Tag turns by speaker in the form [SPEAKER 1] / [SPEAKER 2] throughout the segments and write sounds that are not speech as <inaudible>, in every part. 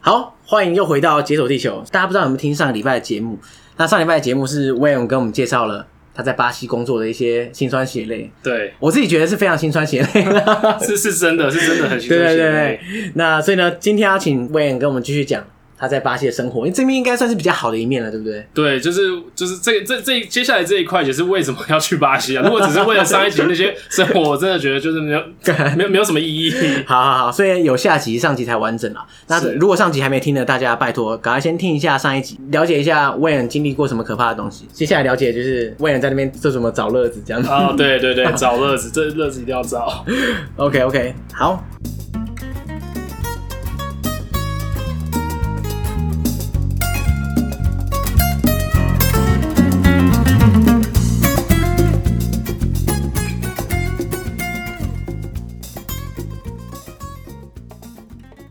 [SPEAKER 1] 好，欢迎又回到解锁地球。大家不知道有没有听上个礼拜的节目？那上礼拜的节目是威勇跟我们介绍了他在巴西工作的一些辛酸血泪，
[SPEAKER 2] 对，
[SPEAKER 1] 我自己觉得是非常辛酸血泪的。
[SPEAKER 2] 是是真的，是真的很辛苦。
[SPEAKER 1] 对对对对，那所以呢，今天要请威勇跟我们继续讲他在巴西的生活，因为这边应该算是比较好的一面了，对不对？
[SPEAKER 2] 对，就是就是这这这接下来这一块，就是为什么要去巴西啊？如果只是为了上一集
[SPEAKER 1] <laughs>
[SPEAKER 2] 那些生活，我真的觉得就是没有没有没有什么意义。
[SPEAKER 1] 好好好，所以有下集、上集才完整啊。那
[SPEAKER 2] 是
[SPEAKER 1] 如果上集还没听的，大家拜托赶快先听一下上一集，了解一下威恩经历过什么可怕的东西。接下来了解就是威恩在那边做什么找乐子这样子。
[SPEAKER 2] 哦，对对对，找乐子，这乐子一定要找。
[SPEAKER 1] OK OK，好。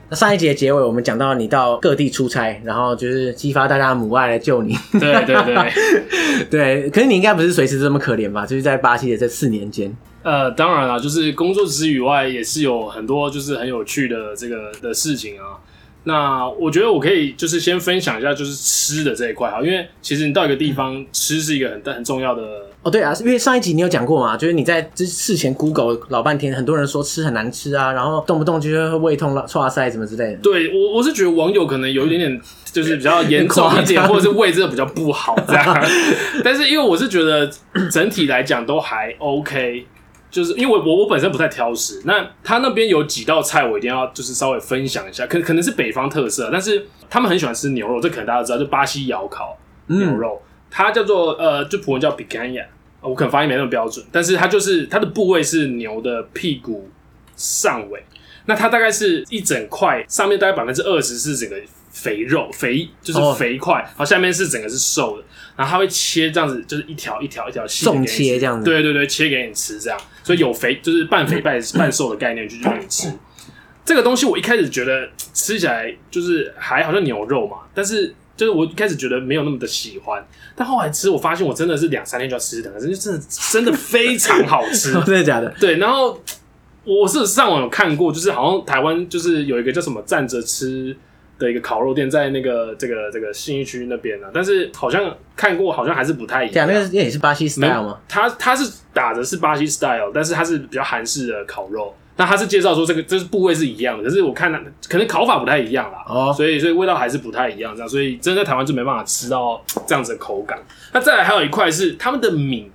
[SPEAKER 1] 那上一集的结尾，我们讲到你到各地出差，然后就是激发大家的母爱来救你。 <laughs>
[SPEAKER 2] 对对对，
[SPEAKER 1] 对，可是你应该不是随时这么可怜吧？就是在巴西的这四年间，
[SPEAKER 2] 呃，当然啦，就是工作之余外，也是有很多就是很有趣的这个的事情啊。那我觉得我可以就是先分享一下就是吃的这一块啊哈，因为其实你到一个地方，吃是一个很很重要的
[SPEAKER 1] 哦，对啊，因为上一集你有讲过嘛，就是你在之事前 Google 老半天，很多人说吃很难吃啊，然后动不动就是会胃痛、拉塞什么之类的。
[SPEAKER 2] 对我，我是觉得网友可能有一点点，就是比较严重一
[SPEAKER 1] 夸
[SPEAKER 2] 点，
[SPEAKER 1] 张
[SPEAKER 2] 或者是胃真的比较不好
[SPEAKER 1] <laughs>
[SPEAKER 2] 这样。但是因为我是觉得整体来讲都还 OK，就是因为我我本身不太挑食，那他那边有几道菜我一定要就是稍微分享一下，可可能是北方特色，但是他们很喜欢吃牛肉，这可能大家都知道，就巴西窑烤
[SPEAKER 1] 嗯
[SPEAKER 2] 牛肉，它叫做呃，就葡文叫 picanha，我可能发音没那么标准，但是它就是它的部位是牛的屁股上尾。那它大概是一整块，上面大概百分之二十是整个肥肉，肥就是
[SPEAKER 1] 哦
[SPEAKER 2] 肥块，然后下面是整个是瘦的，然后它会切这样子，就是一条一条一条细的给你吃
[SPEAKER 1] 纵切这样子
[SPEAKER 2] 对对对，切给你吃这样，所以有肥就是半肥半半瘦的概念就去让你吃。这个东西我一开始觉得吃起来就是还好像牛肉嘛，但是就是我一开始觉得没有那么的喜欢，但后来吃我发现我真的是两三天就要吃一两个，就真的真的非常好
[SPEAKER 1] <laughs>
[SPEAKER 2] 吃，
[SPEAKER 1] 真的假的？
[SPEAKER 2] 对，然后我是上网有看过，就是好像台湾就是有一个叫什么站着吃的一个烤肉店，在那个这个这个信义区那边呢、啊，但是好像看过，好像还是不太一
[SPEAKER 1] 对啊，
[SPEAKER 2] 样。
[SPEAKER 1] 那个也是巴西
[SPEAKER 2] 没
[SPEAKER 1] style 吗？
[SPEAKER 2] 它它是打的是巴西 style，但是它是比较韩式的烤肉。那它是介绍说这个这是部位是一样的，可是我看它可能烤法不太一样啦，
[SPEAKER 1] 哦
[SPEAKER 2] 所以所以味道还是不太一样，这样，所以真的在台湾就没办法吃到这样子的口感。那再来还有一块是他们的米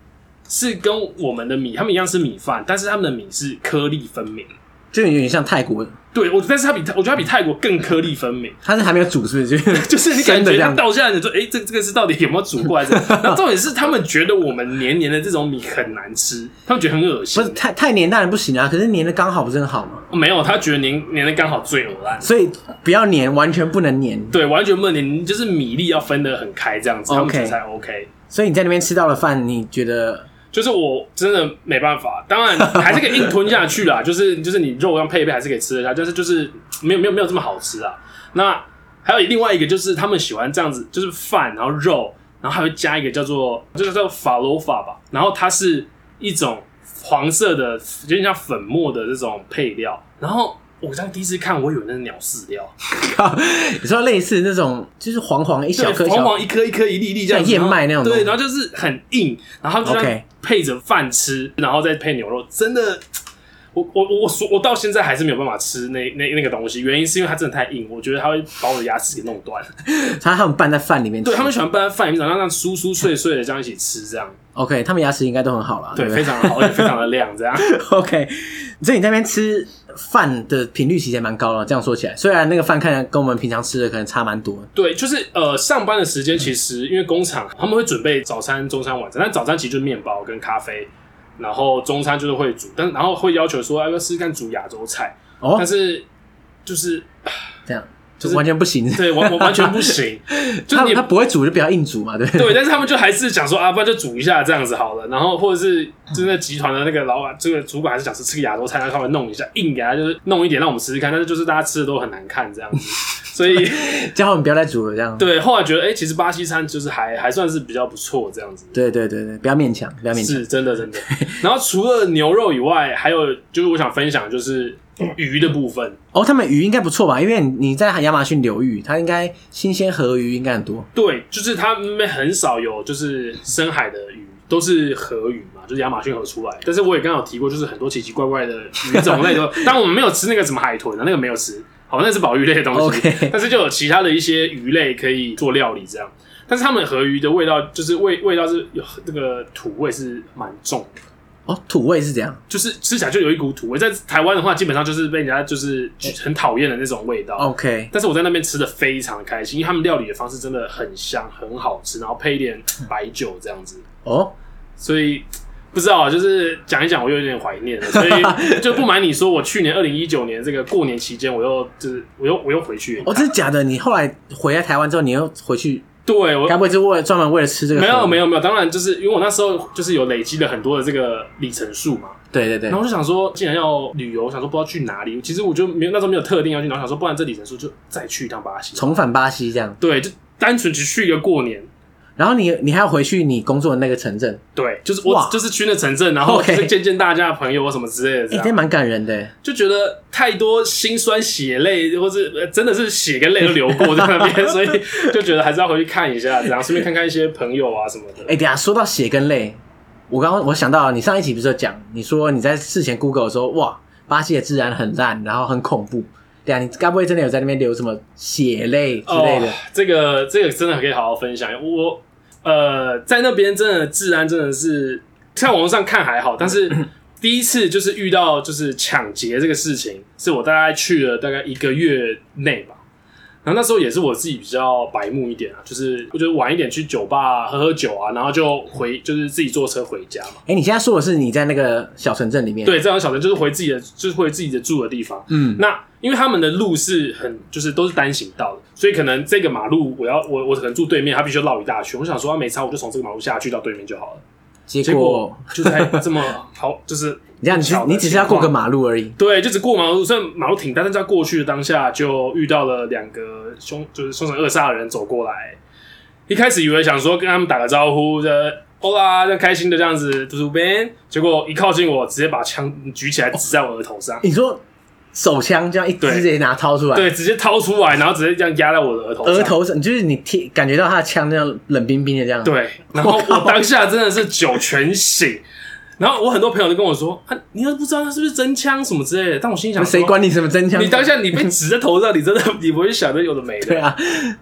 [SPEAKER 2] 是跟我们的米，他们一样是米饭，但是他们的米是颗粒分明。
[SPEAKER 1] 就有点像泰国，
[SPEAKER 2] 对我，但是它比我觉得它比泰国更颗粒分明。
[SPEAKER 1] 它是还没有煮，是不是？<laughs>
[SPEAKER 2] <laughs>
[SPEAKER 1] 就是
[SPEAKER 2] 就是你感
[SPEAKER 1] 生的
[SPEAKER 2] 觉
[SPEAKER 1] 这
[SPEAKER 2] 它
[SPEAKER 1] 样子。
[SPEAKER 2] 倒下来，你说，哎、这这个是到底有没有煮
[SPEAKER 1] <laughs>
[SPEAKER 2] 过来的？然后重点是他们觉得我们黏黏的这种米很难吃，他们觉得很恶
[SPEAKER 1] 不
[SPEAKER 2] 心
[SPEAKER 1] 是。太太黏当然不行啊，可是黏的刚好不是很好吗？
[SPEAKER 2] 没有，他觉得黏黏的刚好最恶烂。
[SPEAKER 1] 所以不要黏，完全不能黏。
[SPEAKER 2] 对，完全不能黏，就是米粒要分得很开，这样子他们
[SPEAKER 1] OK
[SPEAKER 2] 才 OK。
[SPEAKER 1] 所以你在那边吃到了饭，你觉得
[SPEAKER 2] 就是我真的没办法，当然还是可以硬吞下去啦。 <laughs> 就是就是你肉要配一配还是可以吃得下，但是就是没有没有没有这么好吃啊。那还有另外一个就是他们喜欢这样子，就是饭然后肉，然后还会加一个叫做就是叫法罗法吧，然后它是一种黄色的，有点像粉末的这种配料。然后我刚第一次看，我以为那是鸟饲料，
[SPEAKER 1] 你说类似那种就是黄黄一小颗
[SPEAKER 2] 对，
[SPEAKER 1] 小
[SPEAKER 2] 黄黄一颗一颗一粒一粒这样子，
[SPEAKER 1] 像燕麦那种
[SPEAKER 2] 然后对，
[SPEAKER 1] 东
[SPEAKER 2] 然后就是很硬，然后就这
[SPEAKER 1] OK
[SPEAKER 2] 样配着饭吃，然后再配牛肉，真的，我我我说我到现在还是没有办法吃那那那个东西，原因是因为它真的太硬，我觉得它会把我的牙齿给弄断。
[SPEAKER 1] 它他们拌在饭里面吃，
[SPEAKER 2] 对他们喜欢拌在饭里面，然后这样酥酥碎碎的这样一起吃，这样
[SPEAKER 1] OK，他们牙齿应该都很好了，
[SPEAKER 2] 对
[SPEAKER 1] 不
[SPEAKER 2] 非常好，而且非常的亮，这样。
[SPEAKER 1] <laughs> OK，所以你在那边吃饭的频率其实还蛮高的。这样说起来，虽然那个饭看起来跟我们平常吃的可能差蛮多，
[SPEAKER 2] 对，就是呃，上班的时间其实因为工厂他们会准备早餐、中餐、晚餐，但早餐其实就是面包跟咖啡，然后中餐就是会煮，但然后会要求说哎要不要试试看煮亚洲菜，
[SPEAKER 1] 哦
[SPEAKER 2] 但是就是
[SPEAKER 1] 这样
[SPEAKER 2] 就
[SPEAKER 1] 就是完全不行。
[SPEAKER 2] 对完完完全不行，就是
[SPEAKER 1] 他
[SPEAKER 2] 你
[SPEAKER 1] 他不会煮就不要硬煮嘛，对不对？
[SPEAKER 2] 对，但是他们就还是想说啊，不然就煮一下这样子好了，然后或者是就是那集团的那个老板，这个主管还是想吃吃个亚洲菜，让他们弄一下，硬给他就是弄一点让我们试试看，但是就是大家吃的都很难看这样子，所以。
[SPEAKER 1] 叫他们不要再煮了，这样。
[SPEAKER 2] 对，后来觉得，哎、其实巴西餐就是还还算是比较不错这样子。
[SPEAKER 1] 对对对对，不要勉强，不要勉强。
[SPEAKER 2] 是真的真的。然后除了牛肉以外，还有就是我想分享，就是鱼的部分。
[SPEAKER 1] 哦，他们鱼应该不错吧？因为你你在亚马逊流域，它应该新鲜河鱼应该很多。
[SPEAKER 2] 对，就是他们很少有就是深海的鱼，都是河鱼嘛，就是亚马逊河出来。但是我也刚好提过，就是很多奇奇怪怪的鱼种类都，但我们没有吃那个什么海豚啊，那个没有吃，好，那是保育类的东西。
[SPEAKER 1] OK
[SPEAKER 2] 但是就有其他的一些鱼类可以做料理这样。但是他们河鱼的味道，就是味味道是有那个土味是蛮重的，
[SPEAKER 1] 哦，土味是这样。
[SPEAKER 2] 就是吃起来就有一股土味。在台湾的话，基本上就是被人家就是
[SPEAKER 1] 哦
[SPEAKER 2] 很讨厌的那种味道。
[SPEAKER 1] OK，
[SPEAKER 2] 但是我在那边吃的非常开心，因为他们料理的方式真的很香，很好吃，然后配一点
[SPEAKER 1] 嗯
[SPEAKER 2] 白酒这样子，
[SPEAKER 1] 哦，
[SPEAKER 2] 所以不知道啊，就是讲一讲我又有点怀念了，所
[SPEAKER 1] <laughs>
[SPEAKER 2] 以就不瞒你说，我去年二零一九年这个过年期间，我又就是我又我又回去，
[SPEAKER 1] 哦，真的假的？你后来回来台湾之后，你又回去，
[SPEAKER 2] 对我
[SPEAKER 1] 该不会是为了专门为了吃这个？
[SPEAKER 2] 没有没
[SPEAKER 1] 有，
[SPEAKER 2] 有没有，当然就是因为我那时候就是有累积了很多的这个里程数嘛，
[SPEAKER 1] 对对对
[SPEAKER 2] 然后，我就想说，既然要旅游，想说不知道去哪里，其实我就没有那时候没有特定要去，然后想说，不然这里程数就再去一趟巴西，
[SPEAKER 1] 重返巴西这样。
[SPEAKER 2] 对，就单纯只去一个过年。
[SPEAKER 1] 然后你你还要回去你工作的那个城镇，
[SPEAKER 2] 对，就是我
[SPEAKER 1] 哇
[SPEAKER 2] 就是去那城镇，然后
[SPEAKER 1] OK
[SPEAKER 2] 就是见见大家的朋友或什么之类的，这
[SPEAKER 1] 哎、
[SPEAKER 2] 样、
[SPEAKER 1] 这蛮感人的。
[SPEAKER 2] 就觉得太多心酸血泪，或是呃真的是血跟泪都流过在那边，所 <laughs> 以就觉得还是要回去看一下，这样顺便看看一些朋友啊什么的。
[SPEAKER 1] 哎、等一下说到血跟泪，我刚刚我想到你上一期不是有讲，你说你在事前 Google 的时候，哇，巴西的治安很烂，然后很恐怖。对啊，你该不会真的有在那边流什么血泪之类的？
[SPEAKER 2] 哦，这个这个真的可以好好分享。我呃，在那边真的治安真的是，在网络上看还好，
[SPEAKER 1] <clears throat>
[SPEAKER 2] 但是第一次就是遇到就是抢劫这个事情，是我大概去了大概一个月内吧。然后那时候也是我自己比较白目一点啊，就是我觉得晚一点去酒吧喝喝酒啊，然后就回就是自己坐车回家嘛。
[SPEAKER 1] 哎、你现在说的是你在那个小城镇里面？，
[SPEAKER 2] 对，这样小城就是回自己的，就是回自己的住的地方。
[SPEAKER 1] 嗯，
[SPEAKER 2] 那因为他们的路是很就是都是单行道的，所以可能这个马路我要我我可能住对面，他必须要绕一大圈。我想说啊他没差，我就从这个马路下去到对面就好了。
[SPEAKER 1] 结
[SPEAKER 2] 结
[SPEAKER 1] 果
[SPEAKER 2] 果就在这么好，就是
[SPEAKER 1] <laughs> 你这样，你只
[SPEAKER 2] 巧的
[SPEAKER 1] 你只是要过个
[SPEAKER 2] 情况
[SPEAKER 1] 马路而已。
[SPEAKER 2] 对，就只过马路，虽然马路挺大，但是在过去的当下就遇到了两个凶就是凶神恶煞的人走过来。一开始以为想说跟他们打个招呼，这欧啦，这样开心的这样子，嘟嘟边，结果一靠近我，直接把枪举起来指在我额头上。
[SPEAKER 1] 你说手枪这样一支
[SPEAKER 2] 对
[SPEAKER 1] 直接拿掏出来，
[SPEAKER 2] <laughs> 对，直接掏出来，然后直接这样压在我的额头上，
[SPEAKER 1] 额头上，你就是你贴感觉到他的枪这样冷冰冰的这样。，
[SPEAKER 2] 对，然后
[SPEAKER 1] 我靠
[SPEAKER 2] 我当下真的是酒全醒，然后我很多朋友都跟我说，啊，你又不知道他是不是真枪什么之类的，但我心里想，
[SPEAKER 1] 谁？管你什么真枪？
[SPEAKER 2] 你当下你被指在头上，你真的你不会想着有的没
[SPEAKER 1] 对
[SPEAKER 2] 的，
[SPEAKER 1] 啊，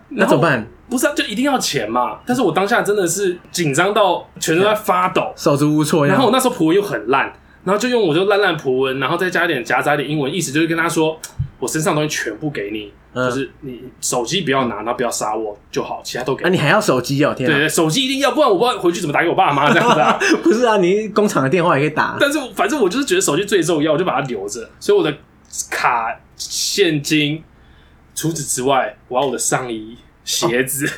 [SPEAKER 1] 那怎么办？
[SPEAKER 2] 不是、啊、就一定要钱嘛？但是我当下真的是紧张到全身都在发抖，
[SPEAKER 1] 手足无措这样。
[SPEAKER 2] 然后我那时候葡文又很烂，然后就用我就烂烂葡文，然后再加一点夹杂一点英文，意思就是跟他说，我身上的东西全部给你，
[SPEAKER 1] 嗯
[SPEAKER 2] 就是你手机不要拿，然后不要杀我就好，其他都给
[SPEAKER 1] 啊，
[SPEAKER 2] 你。
[SPEAKER 1] 你还要手机哦？天
[SPEAKER 2] 对
[SPEAKER 1] 啊！
[SPEAKER 2] 对，手机一定要，不然我不知道回去怎么打给我爸妈这样
[SPEAKER 1] <laughs>
[SPEAKER 2] 子啊。 <laughs>
[SPEAKER 1] 不是啊，你工厂的电话也可以打。
[SPEAKER 2] 但是我反正我就是觉得手机最重要，我就把它留着。所以我的卡、现金，除此之外，我把我的上衣、鞋
[SPEAKER 1] <laughs>
[SPEAKER 2] 子、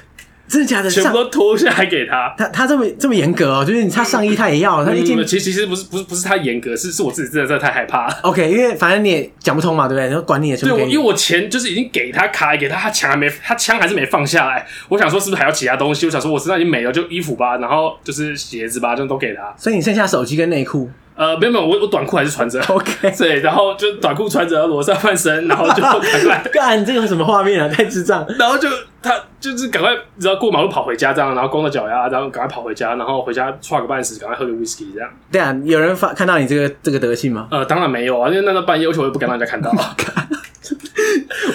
[SPEAKER 1] 真的假的？
[SPEAKER 2] 全部
[SPEAKER 1] 上
[SPEAKER 2] 都脱下来给他。
[SPEAKER 1] 他他这么这么严格哦，就是你他上衣他也要，他一进
[SPEAKER 2] 嗯，其实其实不是不是不是他严格，是是我自己真的真的太害怕了。
[SPEAKER 1] OK，因为反正你也讲不通嘛，对不对？你说管你也全
[SPEAKER 2] 对，
[SPEAKER 1] 部
[SPEAKER 2] 我
[SPEAKER 1] 给
[SPEAKER 2] 因为
[SPEAKER 1] 你。
[SPEAKER 2] 我钱就是已经给他，卡也给他，他枪还没，他枪还是没放下来。我想说是不是还有其他东西？我想说我身上已经没了，就衣服吧，然后就是鞋子吧，这样都给他。
[SPEAKER 1] 所以你剩下手机跟内裤
[SPEAKER 2] 呃，没有没有，我我短裤还是穿着。 <laughs>
[SPEAKER 1] ，OK？，
[SPEAKER 2] 对，然后就短裤穿着，裸上半身，然后就赶快
[SPEAKER 1] <laughs> 干，这个有什么画面啊？太智障！
[SPEAKER 2] 然后就他就是赶快，你知道过马路跑回家这样，然后光着脚丫，然后赶快跑回家，然后回家踹个半死，赶快喝个 whisky 这样。
[SPEAKER 1] 对啊，有人发看到你这个这个德性吗？
[SPEAKER 2] 呃，当然没有啊，因为那到半夜，而且我也不敢让人家看到。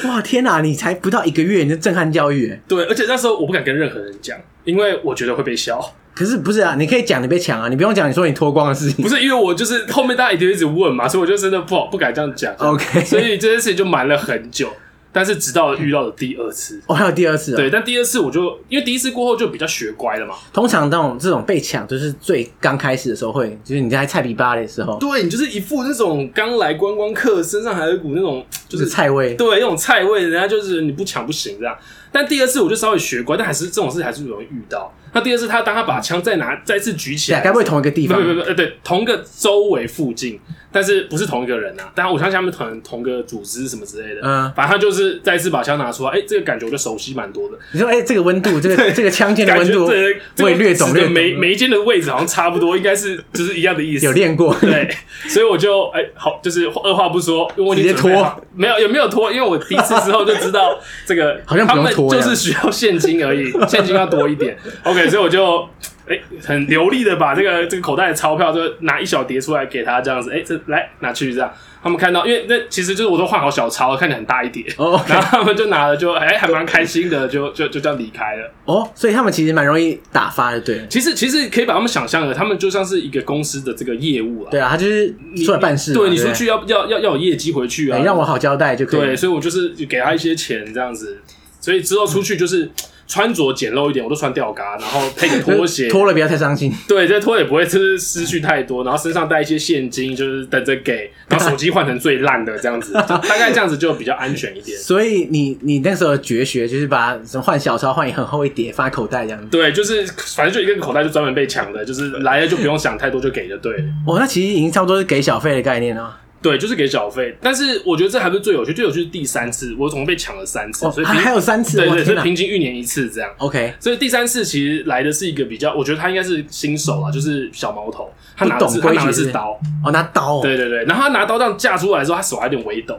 [SPEAKER 1] 哇，天哪！你才不到一个月，你就震撼教育耶，
[SPEAKER 2] 对，而且那时候我不敢跟任何人讲，因为我觉得会被笑。
[SPEAKER 1] 可是不是啊？你可以讲你被抢啊，你不用讲你说你脱光的事情
[SPEAKER 2] 不。是因为我就是后面大家一定一直问嘛，所以我就真的不好不敢这样讲。
[SPEAKER 1] OK
[SPEAKER 2] 所以这件事情就瞒了很久，但是直到遇到了第二次。
[SPEAKER 1] 哦，还有第二次、哦。
[SPEAKER 2] 对，但第二次我就因为第一次过后就比较学乖了嘛，
[SPEAKER 1] 通常这种这种被抢，就是最刚开始的时候会，就是你在菜比巴的时候，
[SPEAKER 2] 对你就是一副那种刚来观光客身上还有一股
[SPEAKER 1] <laughs>
[SPEAKER 2] 那种就
[SPEAKER 1] 就是
[SPEAKER 2] 是
[SPEAKER 1] 菜味。
[SPEAKER 2] 对那种菜味，人家就是你不抢不行这样。但第二次我就稍微学乖，但还是这种事还是容易遇到。那第二是他当他把枪再拿再次举起
[SPEAKER 1] 对啊，
[SPEAKER 2] 来，
[SPEAKER 1] 该不会同一个地
[SPEAKER 2] 不
[SPEAKER 1] 方
[SPEAKER 2] 不？不不，呃，对，同个周围附近，但是不是同一个人啊？但我相信他们可能同个组织什么之类的。
[SPEAKER 1] 嗯
[SPEAKER 2] 反正他就是再次把枪拿出来，哎、这个感觉我就熟悉蛮多的，
[SPEAKER 1] 你说，哎，这个温度，这个这个枪剑的
[SPEAKER 2] 感
[SPEAKER 1] 温
[SPEAKER 2] 觉
[SPEAKER 1] 度，
[SPEAKER 2] 这这
[SPEAKER 1] 我也略
[SPEAKER 2] 个
[SPEAKER 1] 懂
[SPEAKER 2] 指
[SPEAKER 1] 略
[SPEAKER 2] 的
[SPEAKER 1] 懂
[SPEAKER 2] 每每一间的位置好像差不多，应该是就是一样的意思。
[SPEAKER 1] 有练过。
[SPEAKER 2] 对，所以我就哎、好，就是二话不说，因为我已经
[SPEAKER 1] 直接
[SPEAKER 2] 准备
[SPEAKER 1] 脱
[SPEAKER 2] 好，没有也没有脱，因为我第一次之后就知道这个
[SPEAKER 1] <laughs> 好像不
[SPEAKER 2] 他
[SPEAKER 1] 用
[SPEAKER 2] 们
[SPEAKER 1] 脱
[SPEAKER 2] 就
[SPEAKER 1] 呀
[SPEAKER 2] 是需要现金而已， <laughs> 现金要多一点。OK，所以我就哎、很流利的把这个这个口袋的钞票就拿一小叠出来给他，这样子，哎、这来拿去这样。他们看到，因为那其实就是我都换好小钞，看起来很大一叠，
[SPEAKER 1] <laughs> 哦，OK
[SPEAKER 2] 然后他们就拿了就，哎还蛮开心的，就就就这样离开了。
[SPEAKER 1] 哦，所以他们其实蛮容易打发的，对。
[SPEAKER 2] 其实其实可以把他们想象的，他们就像是一个公司的这个业务啊，
[SPEAKER 1] 对啊，他就是
[SPEAKER 2] 你
[SPEAKER 1] 出来办事嘛。
[SPEAKER 2] 对
[SPEAKER 1] 对
[SPEAKER 2] 你
[SPEAKER 1] 不
[SPEAKER 2] 出
[SPEAKER 1] 对，
[SPEAKER 2] 去要要要要有业绩回去啊，
[SPEAKER 1] 哎让我好交代就可以。
[SPEAKER 2] 对，所以我就是给他一些钱这样子，所以之后出去就是穿着简陋一点，我都穿吊嘎，然后
[SPEAKER 1] <laughs>
[SPEAKER 2] 配个拖鞋，
[SPEAKER 1] 脱了不要太伤心。
[SPEAKER 2] 对，这拖也不会就是失去太多，然后身上带一些现金，就是等着给，然后手机换成最烂的这样子，大概这样子就比较安全一点。
[SPEAKER 1] 所以你你那时候的绝学就是把什么换小钞换一很厚一叠放在口袋这样子。
[SPEAKER 2] 对，就是反正就一个口袋就专门被抢的，就是来了就不用想太多，就给就对了。
[SPEAKER 1] 哦，那其实已经差不多是给小费的概念了。
[SPEAKER 2] 对，就是给小费。但是我觉得这还不是最有趣，最有趣是第三次，我总共被抢了三次，
[SPEAKER 1] 哦，
[SPEAKER 2] 所以
[SPEAKER 1] 还
[SPEAKER 2] 平
[SPEAKER 1] 还有三次，
[SPEAKER 2] 对
[SPEAKER 1] 我
[SPEAKER 2] 对，所
[SPEAKER 1] 天
[SPEAKER 2] 以
[SPEAKER 1] 哪
[SPEAKER 2] 平均一年一次这样。
[SPEAKER 1] ！OK，
[SPEAKER 2] 所以第三次其实来的是一个比较，我觉得他应该是新手啊，就是小毛头，他拿的是
[SPEAKER 1] 嗯不懂
[SPEAKER 2] 他
[SPEAKER 1] 规矩
[SPEAKER 2] 拿的
[SPEAKER 1] 是不
[SPEAKER 2] 是
[SPEAKER 1] 是
[SPEAKER 2] 刀，
[SPEAKER 1] 哦，拿刀哦，
[SPEAKER 2] 对对对，然后他拿刀这样架出来的时候，他手还有点微抖，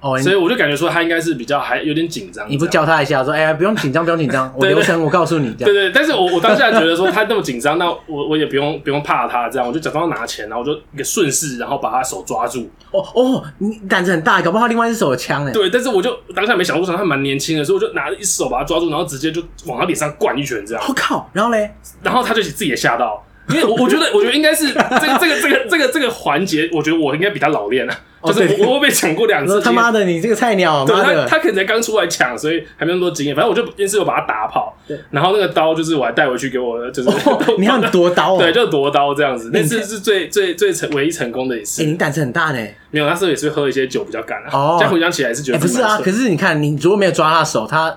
[SPEAKER 1] 哦，
[SPEAKER 2] 所以
[SPEAKER 1] 你
[SPEAKER 2] 我就感觉说他应该是比较还有点紧张。
[SPEAKER 1] 你不
[SPEAKER 2] 这
[SPEAKER 1] 教
[SPEAKER 2] 样？
[SPEAKER 1] 他一下说，哎呀，不用紧张，不用紧张，我
[SPEAKER 2] 对对
[SPEAKER 1] 流程我告诉你这
[SPEAKER 2] 对
[SPEAKER 1] 样。
[SPEAKER 2] 对，但是我我当下觉得说他那么紧张，那我我也不用不用怕他这样，我就假装拿钱，然后我就一个顺势，然后把他手抓住。
[SPEAKER 1] 哦哦，你胆子很大，搞不好另外一只手有枪呢。
[SPEAKER 2] 对，但是我就当下没想过，他蛮年轻的，所以我就拿一手把他抓住，然后直接就往他脸上灌一拳这样。
[SPEAKER 1] 我靠，然后嘞，
[SPEAKER 2] 然后他就自己也吓到，因为我我觉得我 <laughs> 觉得应该是这个这个这个这个这个环节，我觉得我应该比他老练了，
[SPEAKER 1] 哦
[SPEAKER 2] 就是
[SPEAKER 1] 对
[SPEAKER 2] 我我被抢过两
[SPEAKER 1] 我
[SPEAKER 2] 次
[SPEAKER 1] 说他
[SPEAKER 2] 经验，
[SPEAKER 1] 妈的，你这个菜鸟，
[SPEAKER 2] 对
[SPEAKER 1] 妈
[SPEAKER 2] 他
[SPEAKER 1] 的，
[SPEAKER 2] 他可能才刚出来抢，所以还没那么多经验，反正我就先是有把他打跑
[SPEAKER 1] 对，
[SPEAKER 2] 然后那个刀就是我还带回去给我的，就是、
[SPEAKER 1] 哦，
[SPEAKER 2] <laughs>
[SPEAKER 1] 你要夺刀哦，
[SPEAKER 2] 对，就夺刀这样子，那
[SPEAKER 1] 你
[SPEAKER 2] 次是最最最成唯一成功的一次
[SPEAKER 1] 哎，，你胆子很大呢。
[SPEAKER 2] 没有那时候也是喝一些酒比较干啊，
[SPEAKER 1] 哦
[SPEAKER 2] 现在回想起来是觉
[SPEAKER 1] 哎、
[SPEAKER 2] 得
[SPEAKER 1] 不是啊，
[SPEAKER 2] 蛮蠢
[SPEAKER 1] 可是你看，你如果没有抓他手，他，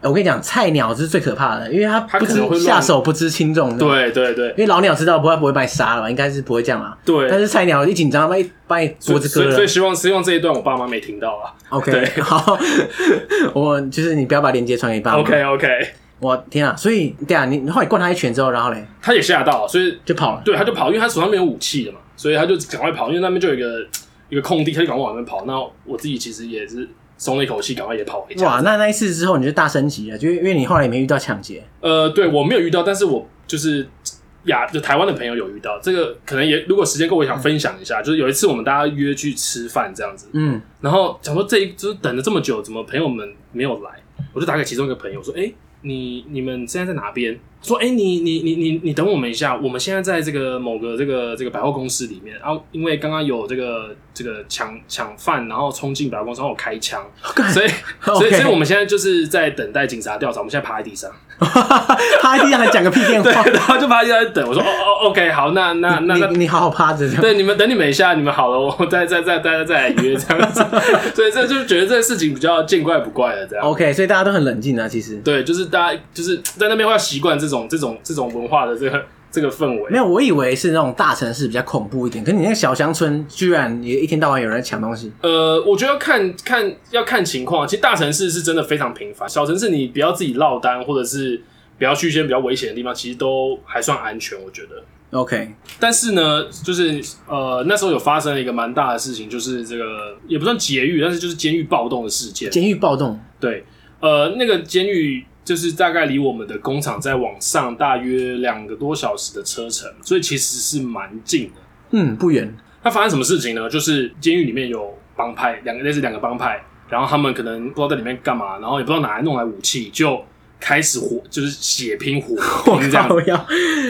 [SPEAKER 1] 哎我跟你讲，菜鸟是最可怕的，因为他
[SPEAKER 2] 他
[SPEAKER 1] 不
[SPEAKER 2] 可能会
[SPEAKER 1] 知
[SPEAKER 2] 乱
[SPEAKER 1] 下手不知轻重的。，
[SPEAKER 2] 对对对
[SPEAKER 1] 因为老鸟知道不会不会把你杀了吧，应该是不会这样啦。
[SPEAKER 2] 对，
[SPEAKER 1] 但是菜鸟一紧张，把你把你
[SPEAKER 2] 所
[SPEAKER 1] 脖
[SPEAKER 2] 以
[SPEAKER 1] 子
[SPEAKER 2] 所
[SPEAKER 1] 割
[SPEAKER 2] 以
[SPEAKER 1] 了
[SPEAKER 2] 所以。希望希望这一段我爸妈没听到啊对
[SPEAKER 1] OK，好， <laughs> 我就是你不要把链接传给爸妈。
[SPEAKER 2] ，OK OK，
[SPEAKER 1] 我天啊！所以对啊，你你后来灌他一拳之后，然后嘞
[SPEAKER 2] 他也吓到，啊所以
[SPEAKER 1] 就跑了。
[SPEAKER 2] 对，他就跑，因为他手上没有武器了嘛，所以他就赶快跑，因为那边就有一个一个空地，他就赶快往那边跑。那我自己其实也是松了一口气，赶快也跑回家。
[SPEAKER 1] 哇，那那一次之后你就大升级了，就因为你后来也没遇到抢劫。
[SPEAKER 2] 呃，对我没有遇到，但是我就是亚就台湾的朋友有遇到，这个可能也如果时间够，我也想分享一下。就是有一次我们大家约去吃饭这样子，
[SPEAKER 1] 嗯，
[SPEAKER 2] 然后想说这一就是等了这么久，怎么朋友们没有来？我就打给其中一个朋友说：“哎、你你们现在在哪边？”说：“哎、你你你你你等我们一下，我们现在在这个某个这个这个百货公司里面，然、后因为刚刚有这个这个抢抢犯，然后冲进百货公司，然后我开枪，
[SPEAKER 1] <laughs> 干
[SPEAKER 2] 所以所以
[SPEAKER 1] OK
[SPEAKER 2] 所以我们现在就是在等待警察调查，我们现在趴在
[SPEAKER 1] <laughs>
[SPEAKER 2] 地上，
[SPEAKER 1] <laughs> 他一定还讲个屁电
[SPEAKER 2] 对，
[SPEAKER 1] 话。
[SPEAKER 2] 然后就趴在地上等。我说：哦哦，OK，好，那那那那
[SPEAKER 1] 你你好好趴着这样。
[SPEAKER 2] <laughs> 对，你们等你们一下，你们好了，我 <laughs> 再再再再再来约这样子。 <laughs> 所以这就是觉得这个事情比较见怪不怪了，这样。
[SPEAKER 1] OK，所以大家都很冷静啊，其实。
[SPEAKER 2] 对，就是大家就是在那边会要习惯这种这种这种文化的这个这个氛围
[SPEAKER 1] 没。有，我以为是那种大城市比较恐怖一点，可是你那个小乡村居然也一天到晚有人在抢东西。
[SPEAKER 2] 呃，我觉得要看看要看情况，其实大城市是真的非常频繁，小城市你不要自己落单，或者是不要去一些比较危险的地方，其实都还算安全，我觉得。
[SPEAKER 1] OK，
[SPEAKER 2] 但是呢，就是呃，那时候有发生了一个蛮大的事情，就是这个也不算劫狱，但是就是监狱暴动的事件。
[SPEAKER 1] 监狱暴动，
[SPEAKER 2] 对，呃，那个监狱就是大概离我们的工厂再往上大约两个多小时的车程，所以其实是蛮近的。
[SPEAKER 1] 嗯，不远，
[SPEAKER 2] 那发生什么事情呢？就是监狱里面有帮派，两个类似两个帮派，然后他们可能不知道在里面干嘛，然后也不知道哪来弄来武器，就开始火，就是血拼火
[SPEAKER 1] <laughs>
[SPEAKER 2] 拼这样
[SPEAKER 1] 靠
[SPEAKER 2] 子，
[SPEAKER 1] 要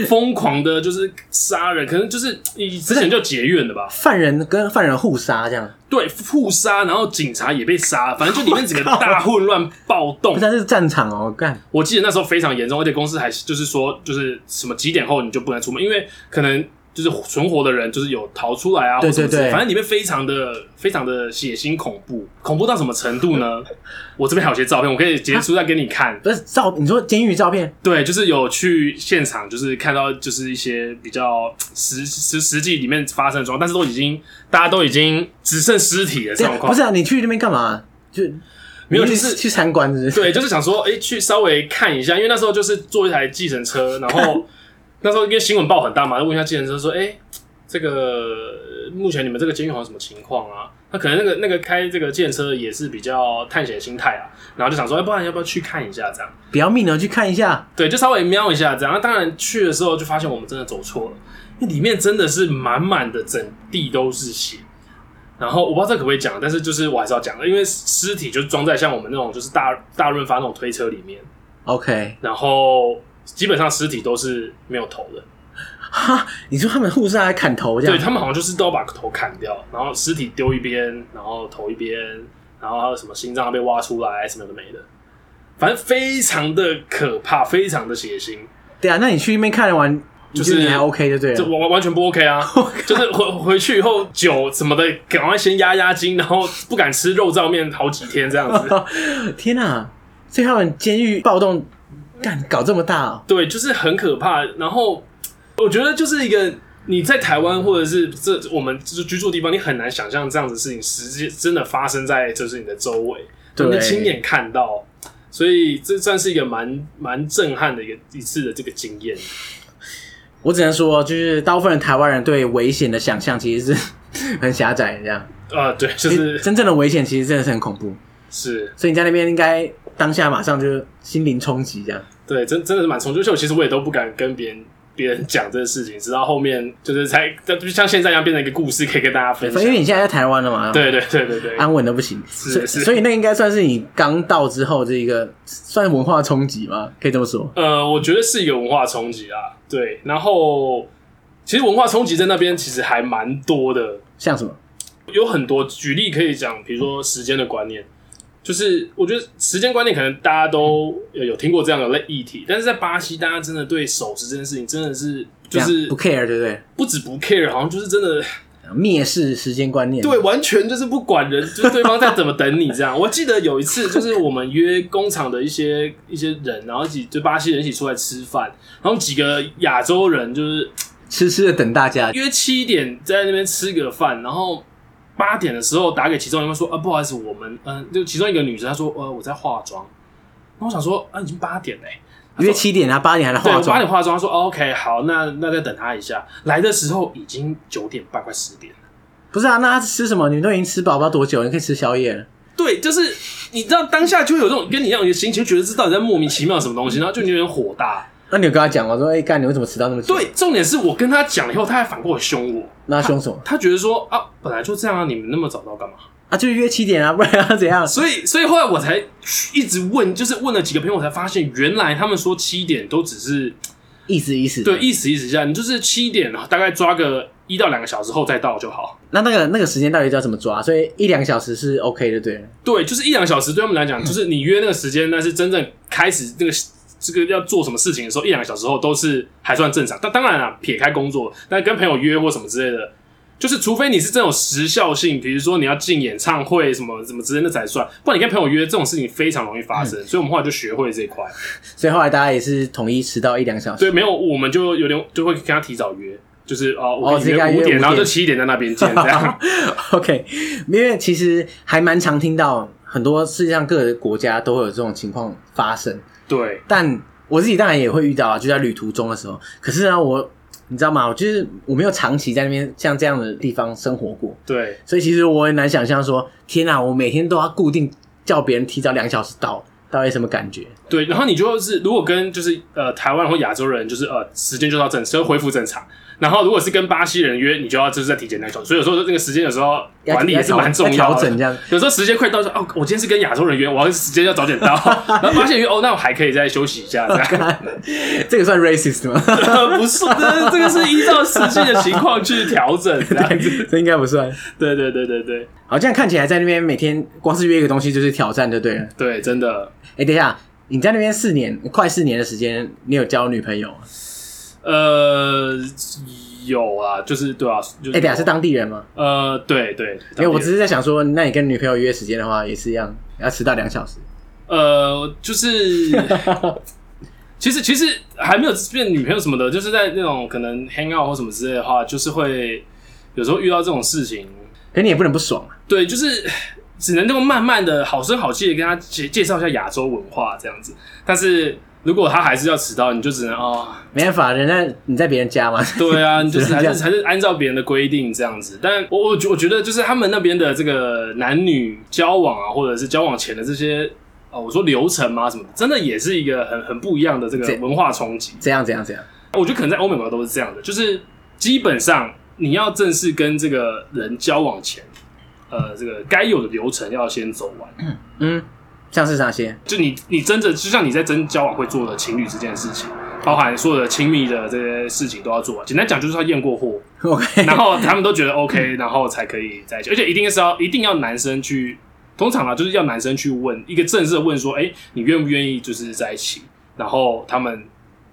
[SPEAKER 2] 疯狂的就是杀人，可能就是以之前就结怨的吧，
[SPEAKER 1] 犯人跟犯人互杀这样，
[SPEAKER 2] 对，互杀，然后警察也被杀了，反正就里面整个大混乱暴动
[SPEAKER 1] 不，但是战场哦，干，
[SPEAKER 2] 我记得那时候非常严重，而且公司还就是说，就是什么几点后你就不能出门，因为可能就是存活的人，就是有逃出来啊，
[SPEAKER 1] 对
[SPEAKER 2] 或什么
[SPEAKER 1] 对
[SPEAKER 2] 之类
[SPEAKER 1] 对
[SPEAKER 2] 反正里面非常的非常的血腥恐怖，恐怖到什么程度呢？我这边还有些照片，我可以截出来给你
[SPEAKER 1] <laughs>
[SPEAKER 2] 看。
[SPEAKER 1] 不是照你说监狱照片，
[SPEAKER 2] 对，就是有去现场，就是看到就是一些比较实实实际里面发生的状况，但是都已经大家都已经只剩尸体的
[SPEAKER 1] 对
[SPEAKER 2] 状，况，
[SPEAKER 1] 不是啊？你去那边干嘛？就
[SPEAKER 2] 没有
[SPEAKER 1] 你
[SPEAKER 2] 就是
[SPEAKER 1] 去参观，是不是？
[SPEAKER 2] 对，就是想说，哎、去稍微看一下，因为那时候就是坐一台计程车，然后那时候因为新闻报很大嘛，就问一下计程车说，哎、这个目前你们这个监狱好像什么情况啊？那可能那个那个开这个计程车的也是比较探险心态啊，然后就想说，哎、不然要不要去看一下这样？
[SPEAKER 1] 不要命了，哦去看一下。
[SPEAKER 2] 对，就稍微瞄一下这样。那当然去的时候就发现我们真的走错了，因为里面真的是满满的整地都是血。然后我不知道这可不可以讲，但是就是我还是要讲的，因为尸体就装在像我们那种就是大大润发那种推车里面，
[SPEAKER 1] OK，
[SPEAKER 2] 然后基本上尸体都是没有头的，
[SPEAKER 1] 哈，你说他们护士还砍头这
[SPEAKER 2] 对
[SPEAKER 1] 样？
[SPEAKER 2] 他们好像就是都要把头砍掉，然后尸体丢一边，然后头一边，然后还有什么心脏被挖出来，什么都没的，反正非常的可怕，非常的血腥。
[SPEAKER 1] 对啊，那你去那边看完，你
[SPEAKER 2] 就是
[SPEAKER 1] 觉得你还 OK 就 <laughs> 对
[SPEAKER 2] 这
[SPEAKER 1] 了。
[SPEAKER 2] 完完完全不 OK
[SPEAKER 1] <laughs>
[SPEAKER 2] 啊！就是回回去以后酒什么的，赶快先压压惊，然后不敢吃肉燥面好几天这样子。
[SPEAKER 1] 天哪、所以他们监狱暴动，干搞这么大、哦，
[SPEAKER 2] 对，就是很可怕。然后我觉得就是一个你在台湾或者是这我们就是居住的地方，你很难想象这样子的事情实际真的发生在就是你的周围，
[SPEAKER 1] 对
[SPEAKER 2] 你亲眼看到。所以这算是一个蛮蛮震撼的一个一次的这个经验，
[SPEAKER 1] 我只能说，就是大部分的台湾人对危险的想象其实是很狭窄，这样。
[SPEAKER 2] 呃，对，就
[SPEAKER 1] 其实
[SPEAKER 2] 是
[SPEAKER 1] 真正的危险其实真的是很恐怖，
[SPEAKER 2] 是
[SPEAKER 1] 所以你在那边应该当下马上就心灵冲击这样。
[SPEAKER 2] 对，真真的是蛮冲突。而且我其实我也都不敢跟别人别人讲这个事情，直到后面就是才就像现在一样变成一个故事，可以跟大家分享
[SPEAKER 1] 因。为你啊现在在台湾了嘛，，
[SPEAKER 2] 对对对对对，
[SPEAKER 1] 安稳的不行，所以
[SPEAKER 2] 是
[SPEAKER 1] 所以那应该算是你刚到之后这一个算文化冲击吧，可以这么说。
[SPEAKER 2] 呃，我觉得是一个文化冲击啊。对，然后其实文化冲击在那边其实还蛮多的，
[SPEAKER 1] 像什么？
[SPEAKER 2] 有很多举例可以讲，比如说时间的观念。就是我觉得时间观念可能大家都有有听过这样的类议题，但是在巴西，大家真的对守时这件事情真的是
[SPEAKER 1] 这
[SPEAKER 2] 就是
[SPEAKER 1] 样不 care 对不对？
[SPEAKER 2] 不止不 care，好像就是真的
[SPEAKER 1] 蔑视时间观念，
[SPEAKER 2] 对，完全就是不管人，就是对方在怎么等你这样。我记得有一次，就是我们约工厂的一些一些人，然后一起就巴西人一起出来吃饭，然后几个亚洲人就是
[SPEAKER 1] 痴痴的等大家。
[SPEAKER 2] 约七点在那边吃个饭，然后八点的时候打给其中一个说啊，不好意思，我们嗯、就其中一个女生她说呃我在化妆，然后我想说啊已经八点嘞、
[SPEAKER 1] 约七点啊，八点还在
[SPEAKER 2] 对，
[SPEAKER 1] 化
[SPEAKER 2] 我八
[SPEAKER 1] 妆
[SPEAKER 2] 点，化妆，说哦 OK 好，那那再等她一下。来的时候已经九点半，快十点了。
[SPEAKER 1] 不是啊？那他吃什么？你们都已经吃饱不知道多久了，你可以吃宵夜了。
[SPEAKER 2] 对，就是你知道当下就会有这种跟你一样的心情，觉得这到底在莫名其妙什么东西，然后就有点火大。
[SPEAKER 1] 那你有跟他讲吗？说，哎、干，你为什么迟到那么久？，
[SPEAKER 2] 对，重点是我跟他讲了以后，他还反过来凶我，
[SPEAKER 1] 那他凶什么？
[SPEAKER 2] 他觉得说啊，本来就这样啊，你们那么早到干嘛？
[SPEAKER 1] 啊，就是约七点啊，不然要怎样？
[SPEAKER 2] 所以，所以后来我才一直问，就是问了几个朋友，我才发现原来他们说七点都只是
[SPEAKER 1] 意思意思。
[SPEAKER 2] 对，意思意思一下，你就是七点，大概抓个一到两个小时后再到就好。
[SPEAKER 1] 那那个那个时间到底要怎么抓？所以一两个小时是 OK 的，对了。
[SPEAKER 2] 对，就是一两个小时对他们来讲，就是你约那个时间，但是真正开始那个这个要做什么事情的时候，一两个小时后都是还算正常。但当然啦、撇开工作，但跟朋友约或什么之类的，就是除非你是这种时效性，比如说你要进演唱会什么什么之类的才算，不然你跟朋友约这种事情非常容易发生。所以我们后来就学会这一块，
[SPEAKER 1] 所以后来大家也是统一迟到一两个小时。
[SPEAKER 2] 对，没有我们就有点就会跟他提早约。就是哦，我跟
[SPEAKER 1] 直
[SPEAKER 2] 你
[SPEAKER 1] 接跟他
[SPEAKER 2] 约
[SPEAKER 1] 约
[SPEAKER 2] 五
[SPEAKER 1] 五
[SPEAKER 2] 点，
[SPEAKER 1] 点
[SPEAKER 2] 然后就七点在那边见，这 <laughs> 样
[SPEAKER 1] <laughs> OK，因为其实还蛮常听到很多世界上各个国家都会有这种情况发生，
[SPEAKER 2] 对，
[SPEAKER 1] 但我自己当然也会遇到啊，就在旅途中的时候。可是呢，我你知道吗？我就是我没有长期在那边像这样的地方生活过，
[SPEAKER 2] 对，
[SPEAKER 1] 所以其实我很难想象说，天哪、我每天都要固定叫别人提早两小时到，到底什么感觉？ <laughs>
[SPEAKER 2] 对，然后你就是如果跟就是呃台湾或亚洲人，就是呃时间就到正，就恢复正常。然后如果是跟巴西人约，你就要就是在提前那种，所以有时候这个时间有时候
[SPEAKER 1] 要
[SPEAKER 2] 管理也是
[SPEAKER 1] 要
[SPEAKER 2] 蛮重
[SPEAKER 1] 要
[SPEAKER 2] 要
[SPEAKER 1] 调整这
[SPEAKER 2] 的。
[SPEAKER 1] 样。
[SPEAKER 2] 有时候时间快到说哦，我今天是跟亚洲人约，我要时间要早点
[SPEAKER 1] <laughs>
[SPEAKER 2] 到，然后发现约哦，那我还可以再休息一下。这样
[SPEAKER 1] 这个算 racist 吗？
[SPEAKER 2] 不是，这这个是依照实际的情况去调整
[SPEAKER 1] <laughs>
[SPEAKER 2] 这样
[SPEAKER 1] <laughs>
[SPEAKER 2] 子。
[SPEAKER 1] 这应该不算。
[SPEAKER 2] 对对对对对
[SPEAKER 1] 好，这样看起来在那边每天光是约一个东西就是挑战，就对了。
[SPEAKER 2] 对，真的。
[SPEAKER 1] 哎、等一下，你在那边四年，快四年的时间，你有交女朋友吗？
[SPEAKER 2] 呃，有啊，就是对啊，就是
[SPEAKER 1] 哎，等一下是当地人吗？
[SPEAKER 2] 呃，对对，
[SPEAKER 1] 因为我只
[SPEAKER 2] 是
[SPEAKER 1] 是在想说，那你跟女朋友约时间的话，也是一样，要迟到两小时。
[SPEAKER 2] 呃，就是其实其实还没有变女朋友什么的，就是在那种可能 hang out 或什么之类的话，就是会有时候遇到这种事情，
[SPEAKER 1] 可你也不能不爽啊。
[SPEAKER 2] 对，就是 <sighs> 只能这么慢慢的好声好气的跟他介介绍一下亚洲文化这样子。但是如果他还是要迟到，你就只能哦，
[SPEAKER 1] 没办法，人家你在别人家
[SPEAKER 2] <laughs>
[SPEAKER 1] 嘛，
[SPEAKER 2] 对啊，你就是还
[SPEAKER 1] 这样
[SPEAKER 2] 是还是按照别人的规定这样子。但我我觉我觉得就是他们那边的这个男女交往啊，或者是交往前的这些。哦，我说流程嘛什么的，真的也是一个很很不一样的这个
[SPEAKER 1] 这
[SPEAKER 2] 文化冲击。
[SPEAKER 1] 这样这样这样。
[SPEAKER 2] 我觉得可能在欧美国家都是这样的，就是基本上你要正式跟这个人交往前，呃，这个该有的流程要先走完。
[SPEAKER 1] 嗯，像是哪
[SPEAKER 2] <laughs>
[SPEAKER 1] 些？
[SPEAKER 2] 就你你真的就像你在真交往会做的情侣这件事情，包含所有的亲密的这些事情都要做完。简单讲就是要验过货，
[SPEAKER 1] OK，
[SPEAKER 2] 然后他们都觉得 OK，然后才可以在一起，而且一定是要一定要男生去，通常啊就是要男生去问一个正式的问说，哎、你愿不愿意就是在一起？然后他们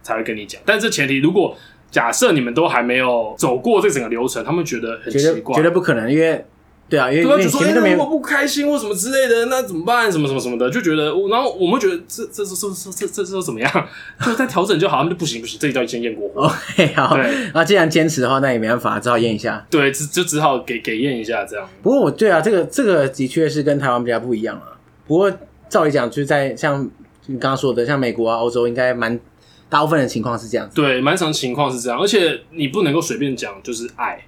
[SPEAKER 2] 才会跟你讲。但这前提，如果假设你们都还没有走过这整个流程，他们觉得很
[SPEAKER 1] 绝
[SPEAKER 2] 奇
[SPEAKER 1] 对
[SPEAKER 2] 怪，
[SPEAKER 1] 绝对不可能，因为对啊，因为因
[SPEAKER 2] 对啊，
[SPEAKER 1] 为
[SPEAKER 2] 就
[SPEAKER 1] 你
[SPEAKER 2] 说
[SPEAKER 1] 前面都，
[SPEAKER 2] 哎
[SPEAKER 1] 没
[SPEAKER 2] 那如果
[SPEAKER 1] 有，
[SPEAKER 2] 不开心或什么之类的，那怎么办？什么什么什么的，就觉得，我然后我们觉得这这这这这这这这怎么样？ <laughs> 就再调整就好，他们就不行不行，这一道先验过火，
[SPEAKER 1] <laughs> OK，好
[SPEAKER 2] 对
[SPEAKER 1] 啊，既然坚持的话，那也没办法，只好验一下。
[SPEAKER 2] 对，只就只好给给验一下这样。
[SPEAKER 1] 不过我对啊，这个这个的确是跟台湾比较不一样啊。不过照理讲，就是在像你刚刚说的，像美国啊、欧洲，应该蛮大部分的情况是这样子。
[SPEAKER 2] 对，蛮常情况是这样，而且你不能够随便讲，就是爱，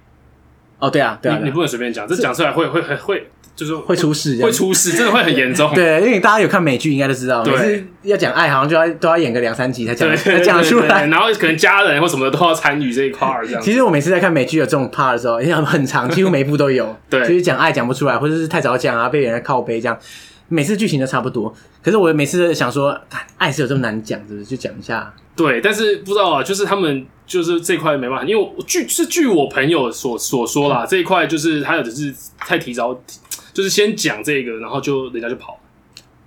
[SPEAKER 1] 哦，对啊，对啊，
[SPEAKER 2] 你
[SPEAKER 1] 对
[SPEAKER 2] 你
[SPEAKER 1] 啊
[SPEAKER 2] 不能随便讲，这讲出来会会会会就是
[SPEAKER 1] 会出事这样
[SPEAKER 2] 会。出事，真的会很严重。
[SPEAKER 1] 对，因为大家有看美剧应该都知道，每
[SPEAKER 2] 对
[SPEAKER 1] 次要讲爱，好像就要都要演个两三集才讲
[SPEAKER 2] 对，
[SPEAKER 1] 才讲出
[SPEAKER 2] 对对对
[SPEAKER 1] 来。
[SPEAKER 2] 然后可能家人或什么的都要参与这一块儿，
[SPEAKER 1] <laughs>
[SPEAKER 2] 这样。，
[SPEAKER 1] 其实我每次在看美剧有这种 part 的时候，因为很长，几乎每一部都有
[SPEAKER 2] <laughs> 对
[SPEAKER 1] 就是讲爱讲不出来，或者是太早讲啊，被人家靠背这样，每次剧情都差不多。可是我每次想说，干爱是有这么难讲，是不是？就讲一下，
[SPEAKER 2] 对，但是不知道啊，就是他们就是这块没办法，因为我据是据我朋友所所说
[SPEAKER 1] 嗯
[SPEAKER 2] 啦，这一块就是他有的是太提早，就是先讲这个，然后就人家就跑了，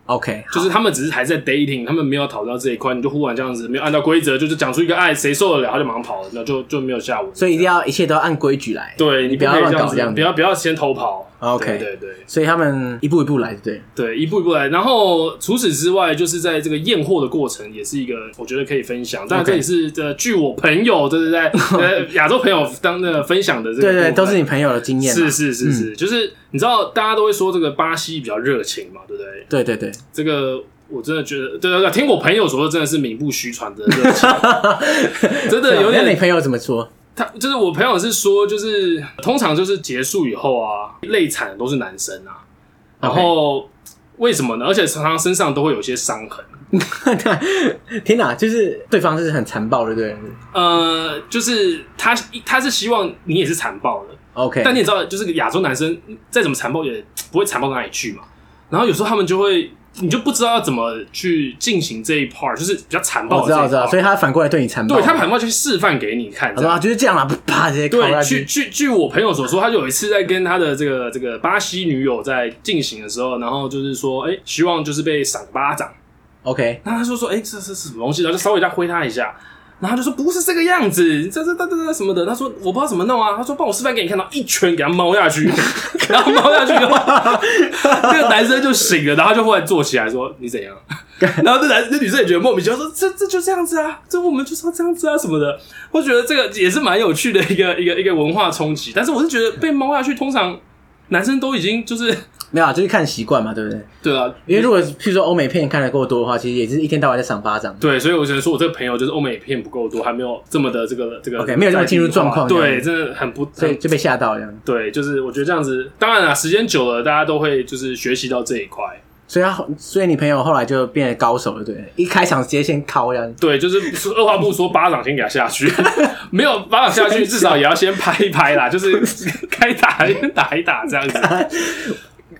[SPEAKER 1] OK，好
[SPEAKER 2] 就是他们只是还在 dating，他们没有讨论到这一块，你就忽然这样子没有按照规则，就是讲出一个爱谁受得了，他就马上跑了，那就就没有下文。
[SPEAKER 1] 所以一定要一切都要按规矩来。
[SPEAKER 2] 对你
[SPEAKER 1] 你
[SPEAKER 2] 不
[SPEAKER 1] 不要
[SPEAKER 2] 可以
[SPEAKER 1] 乱
[SPEAKER 2] 这样
[SPEAKER 1] 搞这
[SPEAKER 2] 子，
[SPEAKER 1] 样子啊
[SPEAKER 2] 不要不要先偷跑。
[SPEAKER 1] OK
[SPEAKER 2] 对对对
[SPEAKER 1] 所以他们一步一步来，对
[SPEAKER 2] 对，一步一步来。然后除此之外，就是在这个验货的过程，也是一个我觉得可以分享。但
[SPEAKER 1] OK
[SPEAKER 2] 这也是呃，据我朋友就
[SPEAKER 1] <laughs>
[SPEAKER 2] 是在呃亚洲朋友当的分享的这个
[SPEAKER 1] 对
[SPEAKER 2] 部分，
[SPEAKER 1] 对，都是你朋友的经验啊，
[SPEAKER 2] 是是是是，就是你知道大家都会说这个巴西比较热情嘛，对不对？
[SPEAKER 1] 对对对，
[SPEAKER 2] 这个我真的觉得，对对对，听我朋友所说，真的是名不虚传的
[SPEAKER 1] <laughs>
[SPEAKER 2] 热情，真的有
[SPEAKER 1] 啊那你
[SPEAKER 2] 点。
[SPEAKER 1] 朋友怎么说？ <laughs>
[SPEAKER 2] 他就是我朋友是说，就是通常就是结束以后啊，累惨的都是男生啊，然后。为什么呢？而且常常身上都会有一些伤痕，
[SPEAKER 1] 天哪，就是对方是很残暴的，对不对
[SPEAKER 2] 呃，就是他他是希望你也是残暴的，
[SPEAKER 1] ？OK，
[SPEAKER 2] 但你也知道，就是亚洲男生再怎么残暴也不会残暴到哪里去嘛。然后有时候他们就会，你就不知道怎么去进行这一 part，就是比较残
[SPEAKER 1] 我
[SPEAKER 2] 暴
[SPEAKER 1] 知道
[SPEAKER 2] 的这
[SPEAKER 1] 我
[SPEAKER 2] 一
[SPEAKER 1] 知道，所以
[SPEAKER 2] part。
[SPEAKER 1] 他反过来对你残暴，
[SPEAKER 2] 对他们很快就示范给你看，
[SPEAKER 1] 他
[SPEAKER 2] 这
[SPEAKER 1] 说
[SPEAKER 2] 样
[SPEAKER 1] 啊就是这样啦，啪直接靠下
[SPEAKER 2] 对，
[SPEAKER 1] 去
[SPEAKER 2] 据。据据我朋友所说，他就有一次在跟他的这个这个巴西女友在进行的时候，然后就是说，哎、希望就是被赏个巴掌。
[SPEAKER 1] OK，
[SPEAKER 2] 然后他就说：“哎、这这是什么东西？”然后就稍微再挥他一下，然后他就说：“不是这个样子，这这这这这什么的。”他说：“我不知道怎么弄啊。”他说：“帮我示范给你看到，一拳给他猫下去， <laughs> 然后猫下去的话，那个男生就醒了，然后他就忽然坐起来说：‘你怎样？’ <laughs> 然后这男这女生也觉得莫名其妙，说：‘这这就这样子啊，这我们就是要这样子啊什么的。’我觉得这个也是蛮有趣的一个一个一个文化冲击，但是我是觉得被猫下去，通常男生都已经就是
[SPEAKER 1] 没有啊，就是看习惯嘛，对不对？
[SPEAKER 2] 对啊，
[SPEAKER 1] 因为如果譬如说欧美片看的够多的话，其实也是一天到晚在赏巴掌。
[SPEAKER 2] 对，所以我只能说，我这个朋友就是欧美片不够多，还没有这么的这个这个
[SPEAKER 1] OK，没有这么进入状况这
[SPEAKER 2] 对，
[SPEAKER 1] 样
[SPEAKER 2] 真的很不，
[SPEAKER 1] 所以
[SPEAKER 2] 很
[SPEAKER 1] 就被吓到这样，
[SPEAKER 2] 对，就是我觉得这样子，当然啦，时间久了，大家都会就是学习到这一块。
[SPEAKER 1] 所以他后所以你朋友后来就变成高手了，对不对，一开场直接先敲这样，
[SPEAKER 2] 对，就是二话不说，巴掌先给他下去， <laughs> 没有巴掌下去，至少也要先拍一拍啦，就是 <laughs> 该打先打一打这样
[SPEAKER 1] <laughs>
[SPEAKER 2] 子。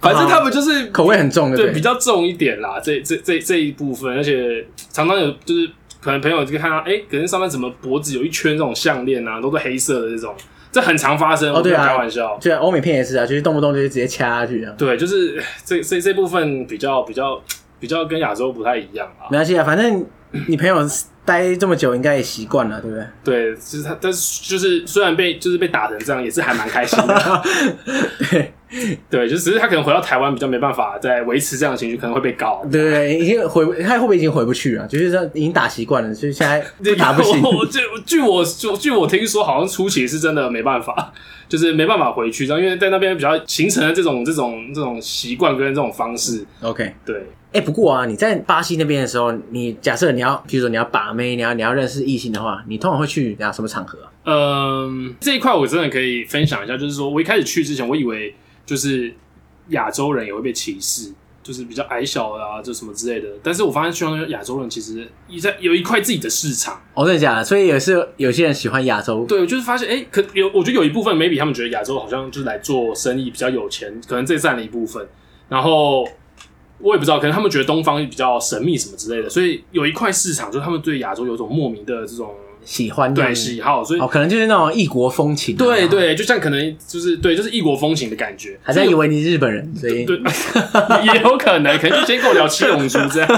[SPEAKER 2] 反正他们就是
[SPEAKER 1] 啊口味很重的，
[SPEAKER 2] 对
[SPEAKER 1] 对不
[SPEAKER 2] 比
[SPEAKER 1] 对，
[SPEAKER 2] 较重一点啦，这这这这一部分，而且常常有就是可能朋友就看到，哎、可能上面怎么脖子有一圈这种项链啊，都是黑色的这种，这很常发生，
[SPEAKER 1] 哦
[SPEAKER 2] 我没
[SPEAKER 1] 对
[SPEAKER 2] 有
[SPEAKER 1] 啊
[SPEAKER 2] 开玩笑。
[SPEAKER 1] 对啊，欧美片也是啊，就是动不动就是直接掐下去这样。
[SPEAKER 2] 对，就是这这这部分比较比较比较跟亚洲不太一样啊。
[SPEAKER 1] 没关系啊，反正你朋友待这么久，应该也习惯了，对不对？ <laughs>
[SPEAKER 2] 对，就是他，但是就是虽然被就是被打成这样，也是还蛮开心
[SPEAKER 1] <laughs>
[SPEAKER 2] 的。
[SPEAKER 1] 对
[SPEAKER 2] 对，就只是他可能回到台湾比较没办法再维持这样的情绪，可能会被告。
[SPEAKER 1] 对对，已经回他会不会已经回不去了？就是说已经打习惯了，所以现在
[SPEAKER 2] <laughs>
[SPEAKER 1] 不打不行。
[SPEAKER 2] 我我据据我据我听说，好像初期是真的没办法，就是没办法回去，然后因为在那边比较形成了这种这种这种习惯跟这种方式。
[SPEAKER 1] OK，
[SPEAKER 2] 对，
[SPEAKER 1] 哎、不过啊，你在巴西那边的时候，你假设你要，比如说你要把妹，你要你要认识异性的话，你通常会去哪什么场合啊、
[SPEAKER 2] 嗯，这一块我真的可以分享一下，就是说我一开始去之前，我以为就是亚洲人也会被歧视，就是比较矮小的啊，就什么之类的。但是我发现去那边亚洲人其实一在有一块自己的市场。
[SPEAKER 1] 哦，真的假的？所以也是有些人喜欢亚洲，
[SPEAKER 2] 对，我就是发现，哎、可有，我觉得有一部分 maybe 他们觉得亚洲好像就是来做生意比较有钱，可能这占了一部分。然后我也不知道，可能他们觉得东方比较神秘什么之类的，所以有一块市场就是他们对亚洲有种莫名的这种
[SPEAKER 1] 喜欢这
[SPEAKER 2] 对
[SPEAKER 1] 样
[SPEAKER 2] 喜好，所以、
[SPEAKER 1] 哦，可能就是那种异国风情、啊。
[SPEAKER 2] 对，对，就像可能就是对，就是异国风情的感觉，
[SPEAKER 1] 还在以为你是日本人，所以
[SPEAKER 2] 对， <laughs> 也有可能，可能就先跟我聊七龙珠这样。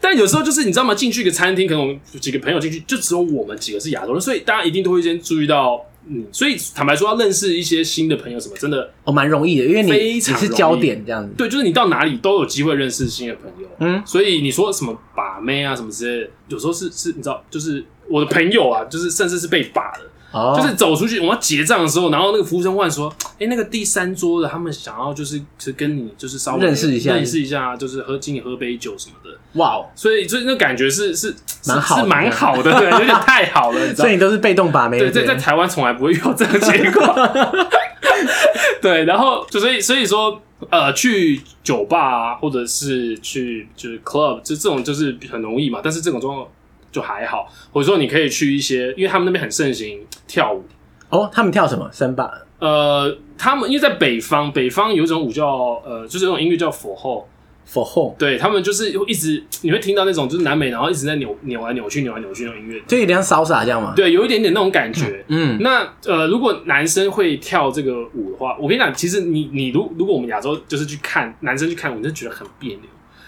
[SPEAKER 2] 但有时候就是你知道吗？进去一个餐厅，可能我们几个朋友进去，就只有我们几个是亚洲人，所以大家一定都会先注意到你。所以坦白说，要认识一些新的朋友，什么真的
[SPEAKER 1] 哦，蛮容易的，因为你
[SPEAKER 2] 非
[SPEAKER 1] 你
[SPEAKER 2] 常
[SPEAKER 1] 是焦点这样子。
[SPEAKER 2] 对，就是你到哪里都有机会认识新的朋友。
[SPEAKER 1] 嗯，
[SPEAKER 2] 所以你说什么把妹啊什么之类的，有时候是是，你知道，就是我的朋友啊，就是甚至是被把的。
[SPEAKER 1] 哦，
[SPEAKER 2] 就是走出去，我们要结账的时候，然后那个服务生问说：“哎、那个第三桌的，他们想要就是是跟你就是稍微
[SPEAKER 1] 认识一下
[SPEAKER 2] 认识一下，就是喝请你喝杯酒什么的。
[SPEAKER 1] 哇哦，”
[SPEAKER 2] 所以，所以那感觉是是是
[SPEAKER 1] 蛮好的
[SPEAKER 2] 是蛮好的，
[SPEAKER 1] <laughs>
[SPEAKER 2] 对，有点太好了，你知道
[SPEAKER 1] 所以。你都是被动把妹
[SPEAKER 2] 对，
[SPEAKER 1] 的，
[SPEAKER 2] 在在
[SPEAKER 1] 不
[SPEAKER 2] 台湾从来不会遇到这样的结果。 <laughs> 对，然后就所以所以说，呃，去酒吧啊，或者是去就是 club，就这种就是很容易嘛。但是这种状况就还好，或者说你可以去一些，因为他们那边很盛行跳舞，
[SPEAKER 1] 哦，他们跳什么森巴？
[SPEAKER 2] 呃，他们因为在北方，北方有一种舞叫呃，就是那种音乐叫佛后，
[SPEAKER 1] For home，
[SPEAKER 2] 对他们就是会一直你会听到那种就是南美，然后一直在扭扭来扭去、扭来扭去那种音乐，
[SPEAKER 1] 就有点像骚洒这样嘛。，
[SPEAKER 2] 对，有一点点那种感觉。
[SPEAKER 1] 嗯，
[SPEAKER 2] 那呃，如果男生会跳这个舞的话，我跟你讲，其实你你如如果我们亚洲就是去看男生去看舞，你就觉得很别扭，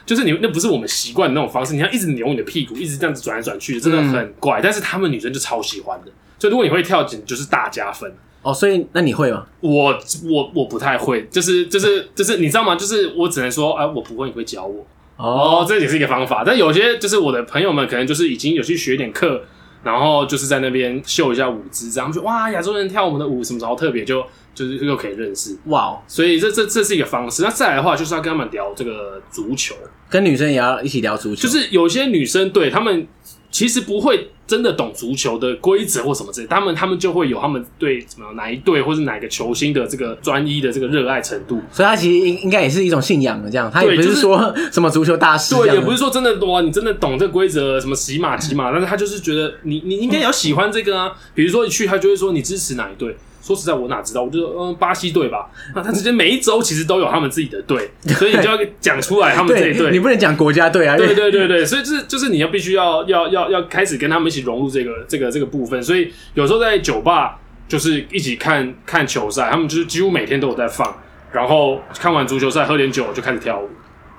[SPEAKER 2] 就是你那不是我们习惯的那种方式，你要一直扭你的屁股，一直这样子转来转去，真的很怪。但是他们女生就超喜欢的，所以如果你会跳，简直就是大加分。
[SPEAKER 1] 哦，所以那你会吗？
[SPEAKER 2] 我我我不太会，就是就是就是你知道吗？就是我只能说，哎、我不会，你会教我
[SPEAKER 1] 哦，
[SPEAKER 2] 哦，这也是一个方法。但有些就是我的朋友们，可能就是已经有去学一点课，然后就是在那边秀一下舞姿，这样就哇，亚洲人跳我们的舞什么时候特别就就是又可以认识，
[SPEAKER 1] 哇哦，
[SPEAKER 2] 所以这这这是一个方式。那再来的话，就是要跟他们聊这个足球，
[SPEAKER 1] 跟女生也要一起聊足球，
[SPEAKER 2] 就是有些女生对他们其实不会真的懂足球的规则或什么之类，他们他们就会有他们对什么哪一队或是哪个球星的这个专一的这个热爱程度。
[SPEAKER 1] 所以他其实应应该也是一种信仰的，这样，他也
[SPEAKER 2] 对
[SPEAKER 1] 不
[SPEAKER 2] 就是是
[SPEAKER 1] 说什么足球大师这
[SPEAKER 2] 对，
[SPEAKER 1] 样
[SPEAKER 2] 也
[SPEAKER 1] 的，
[SPEAKER 2] 不是说真的哇，你真的懂这规则什么洗码洗码，但是他就是觉得你你应该也要喜欢这个啊。比如说你去，他就会说你支持哪一队。说实在，我哪知道？我就说嗯，巴西队吧。那他直接每一周其实都有他们自己的队，所以你就要讲出来他们这一
[SPEAKER 1] 对，
[SPEAKER 2] 队
[SPEAKER 1] 你。不能讲国家队啊，因
[SPEAKER 2] 对
[SPEAKER 1] 为
[SPEAKER 2] 对对对，所以就是就是你要必须要要要要开始跟他们一起融入这个这个这个部分，所以有时候在酒吧就是一起看看球赛，他们就是几乎每天都有在放，然后看完足球赛喝点酒就开始跳舞，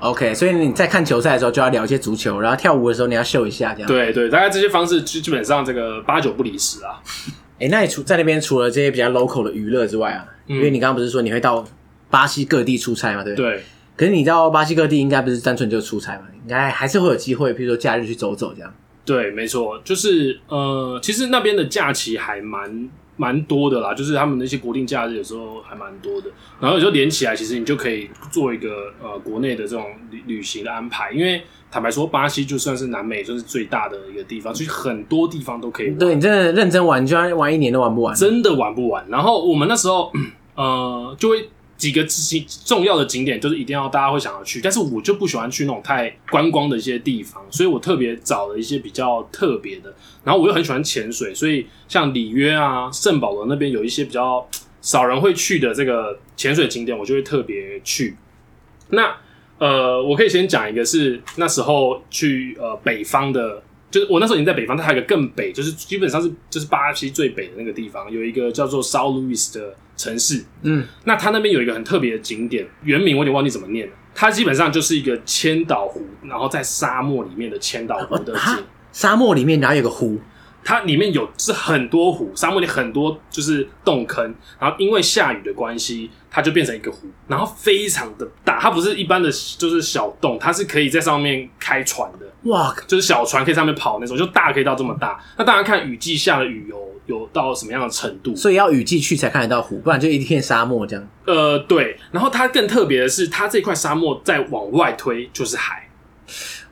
[SPEAKER 1] OK，所以你在看球赛的时候就要聊一些足球，然后跳舞的时候你要秀一下这样。，
[SPEAKER 2] 对对，大概这些方式基基本上这个八九不离十啊。
[SPEAKER 1] 哎，那你除在那边除了这些比较 local 的娱乐之外啊，因为你刚刚不是说你会到巴西各地出差嘛，对不对？
[SPEAKER 2] 嗯对，
[SPEAKER 1] 可是你到巴西各地应该不是单纯就出差嘛，应该还是会有机会，譬如说假日去走走这样。
[SPEAKER 2] 对，没错，就是呃，其实那边的假期还蛮蛮多的啦，就是他们那些国定假日有时候还蛮多的，然后有时候连起来，其实你就可以做一个呃国内的这种旅旅行的安排，因为坦白说，巴西就算是南美算是最大的一个地方，所以很多地方都可以玩，
[SPEAKER 1] 对你真的认真玩，你就算玩一年都玩不完。
[SPEAKER 2] 嗯真的玩不完。然后我们那时候 <clears throat> 呃就会。几个景重要的景点就是一定要大家会想要去，但是我就不喜欢去那种太观光的一些地方，所以我特别找了一些比较特别的，然后我又很喜欢潜水，所以像里约啊、圣保罗那边有一些比较少人会去的这个潜水景点，我就会特别去。那呃，我可以先讲一个是那时候去呃北方的就是我那时候已经在北方，但还有一个更北，就是基本上是就是巴西最北的那个地方，有一个叫做 s a u Luis 的城市。
[SPEAKER 1] 嗯，
[SPEAKER 2] 那它那边有一个很特别的景点，原名我有点忘记怎么念了。它基本上就是一个千岛湖，然后在沙漠里面的千岛湖的景
[SPEAKER 1] 啊。，沙漠里面哪有个湖？
[SPEAKER 2] 它里面有是很多湖，沙漠里很多就是洞坑，然后因为下雨的关系，它就变成一个湖，然后非常的大，它不是一般的就是小洞，它是可以在上面开船的，
[SPEAKER 1] 哇，
[SPEAKER 2] 就是小船可以上面跑那种，就大可以到这么大。那当然看雨季下的雨有有到什么样的程度，
[SPEAKER 1] 所以要雨季去才看得到湖，不然就一片沙漠这样。
[SPEAKER 2] 呃，对。然后它更特别的是，它这块沙漠再往外推就是海，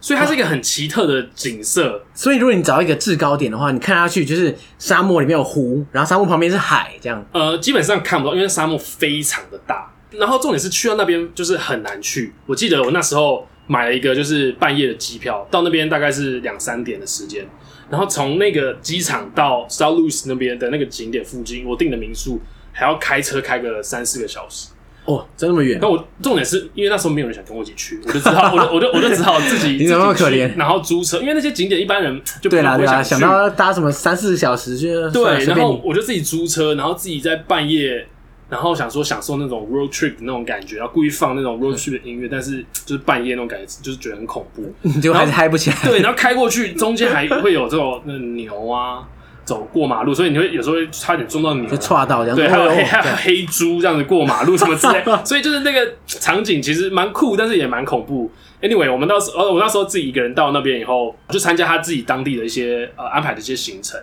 [SPEAKER 2] 所以它是一个很奇特的景色。
[SPEAKER 1] 所以如果你找一个制高点的话，你看下去就是沙漠里面有湖，然后沙漠旁边是海这样。
[SPEAKER 2] 呃，基本上看不到，因为沙漠非常的大。然后重点是去到那边就是很难去。我记得我那时候买了一个就是半夜的机票，到那边大概是两三点的时间。然后从那个机场到 s a u l u i s 那边的那个景点附近，我订的民宿还要开车开个三四个小时。
[SPEAKER 1] 哦，真那么远
[SPEAKER 2] 但？我重点是因为那时候没有人想跟我一起去，我就只好，我就我就我就只好自己
[SPEAKER 1] <laughs> 你怎么那么
[SPEAKER 2] 自己去
[SPEAKER 1] 可怜
[SPEAKER 2] 然后租车，因为那些景点一般人就不
[SPEAKER 1] 对啦
[SPEAKER 2] 不
[SPEAKER 1] 对
[SPEAKER 2] 会
[SPEAKER 1] 啦，
[SPEAKER 2] 想
[SPEAKER 1] 想
[SPEAKER 2] 去。
[SPEAKER 1] 到要搭什么三四小时就算了
[SPEAKER 2] 对，
[SPEAKER 1] 随
[SPEAKER 2] 然
[SPEAKER 1] 便
[SPEAKER 2] 后
[SPEAKER 1] 你
[SPEAKER 2] 我就自己租车，然后自己在半夜，然后想说享受那种 road trip 的那种感觉，然后故意放那种 road trip 的
[SPEAKER 1] 嗯
[SPEAKER 2] 音乐，但是就是半夜那种感觉，就是觉得很恐怖。
[SPEAKER 1] 你就还是
[SPEAKER 2] 然后
[SPEAKER 1] 嗨不起来。
[SPEAKER 2] 对，然后开过去中间还会有这种那牛啊走过马路，所以你会有时候会差点撞到牛啊
[SPEAKER 1] 就。岔到这样，
[SPEAKER 2] 对，还有黑还
[SPEAKER 1] 哦
[SPEAKER 2] 有黑猪这样子过马路什么
[SPEAKER 1] <laughs>
[SPEAKER 2] 之类，所以就是那个场景其实蛮酷，但是也蛮恐怖。Anyway，我们到时呃，我那时候自己一个人到那边以后，就参加他自己当地的一些呃安排的一些行程，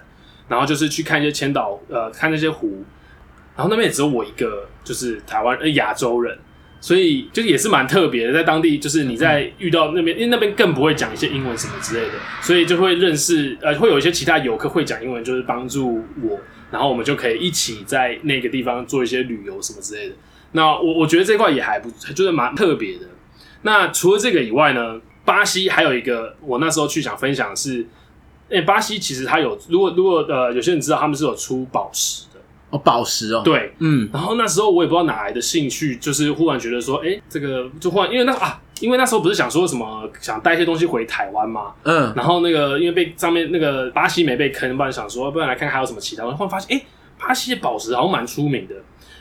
[SPEAKER 2] 然后就是去看一些千岛呃看那些湖，然后那边也只有我一个就是台湾呃亚洲人，所以就是也是蛮特别的，在当地就是你在遇到那边，因为那边更不会讲一些英文什么之类的，所以就会认识呃，会有一些其他游客会讲英文，就是帮助我，然后我们就可以一起在那个地方做一些旅游什么之类的。那我我觉得这块也还不，就是蛮特别的。那除了这个以外呢，巴西还有一个我那时候去想分享的是，因为巴西其实它有，如果如果呃有些人知道他们是有出宝石的，
[SPEAKER 1] 哦宝石哦，，
[SPEAKER 2] 对，
[SPEAKER 1] 嗯，
[SPEAKER 2] 然后那时候我也不知道哪来的兴趣，就是忽然觉得说，哎，这个就忽然因为那啊，因为那时候不是想说什么想带一些东西回台湾嘛，
[SPEAKER 1] 嗯，
[SPEAKER 2] 然后那个因为被上面那个巴西没被坑，不然想说，不然来看看还有什么其他东西。忽然发现，哎，巴西的宝石好像蛮出名的。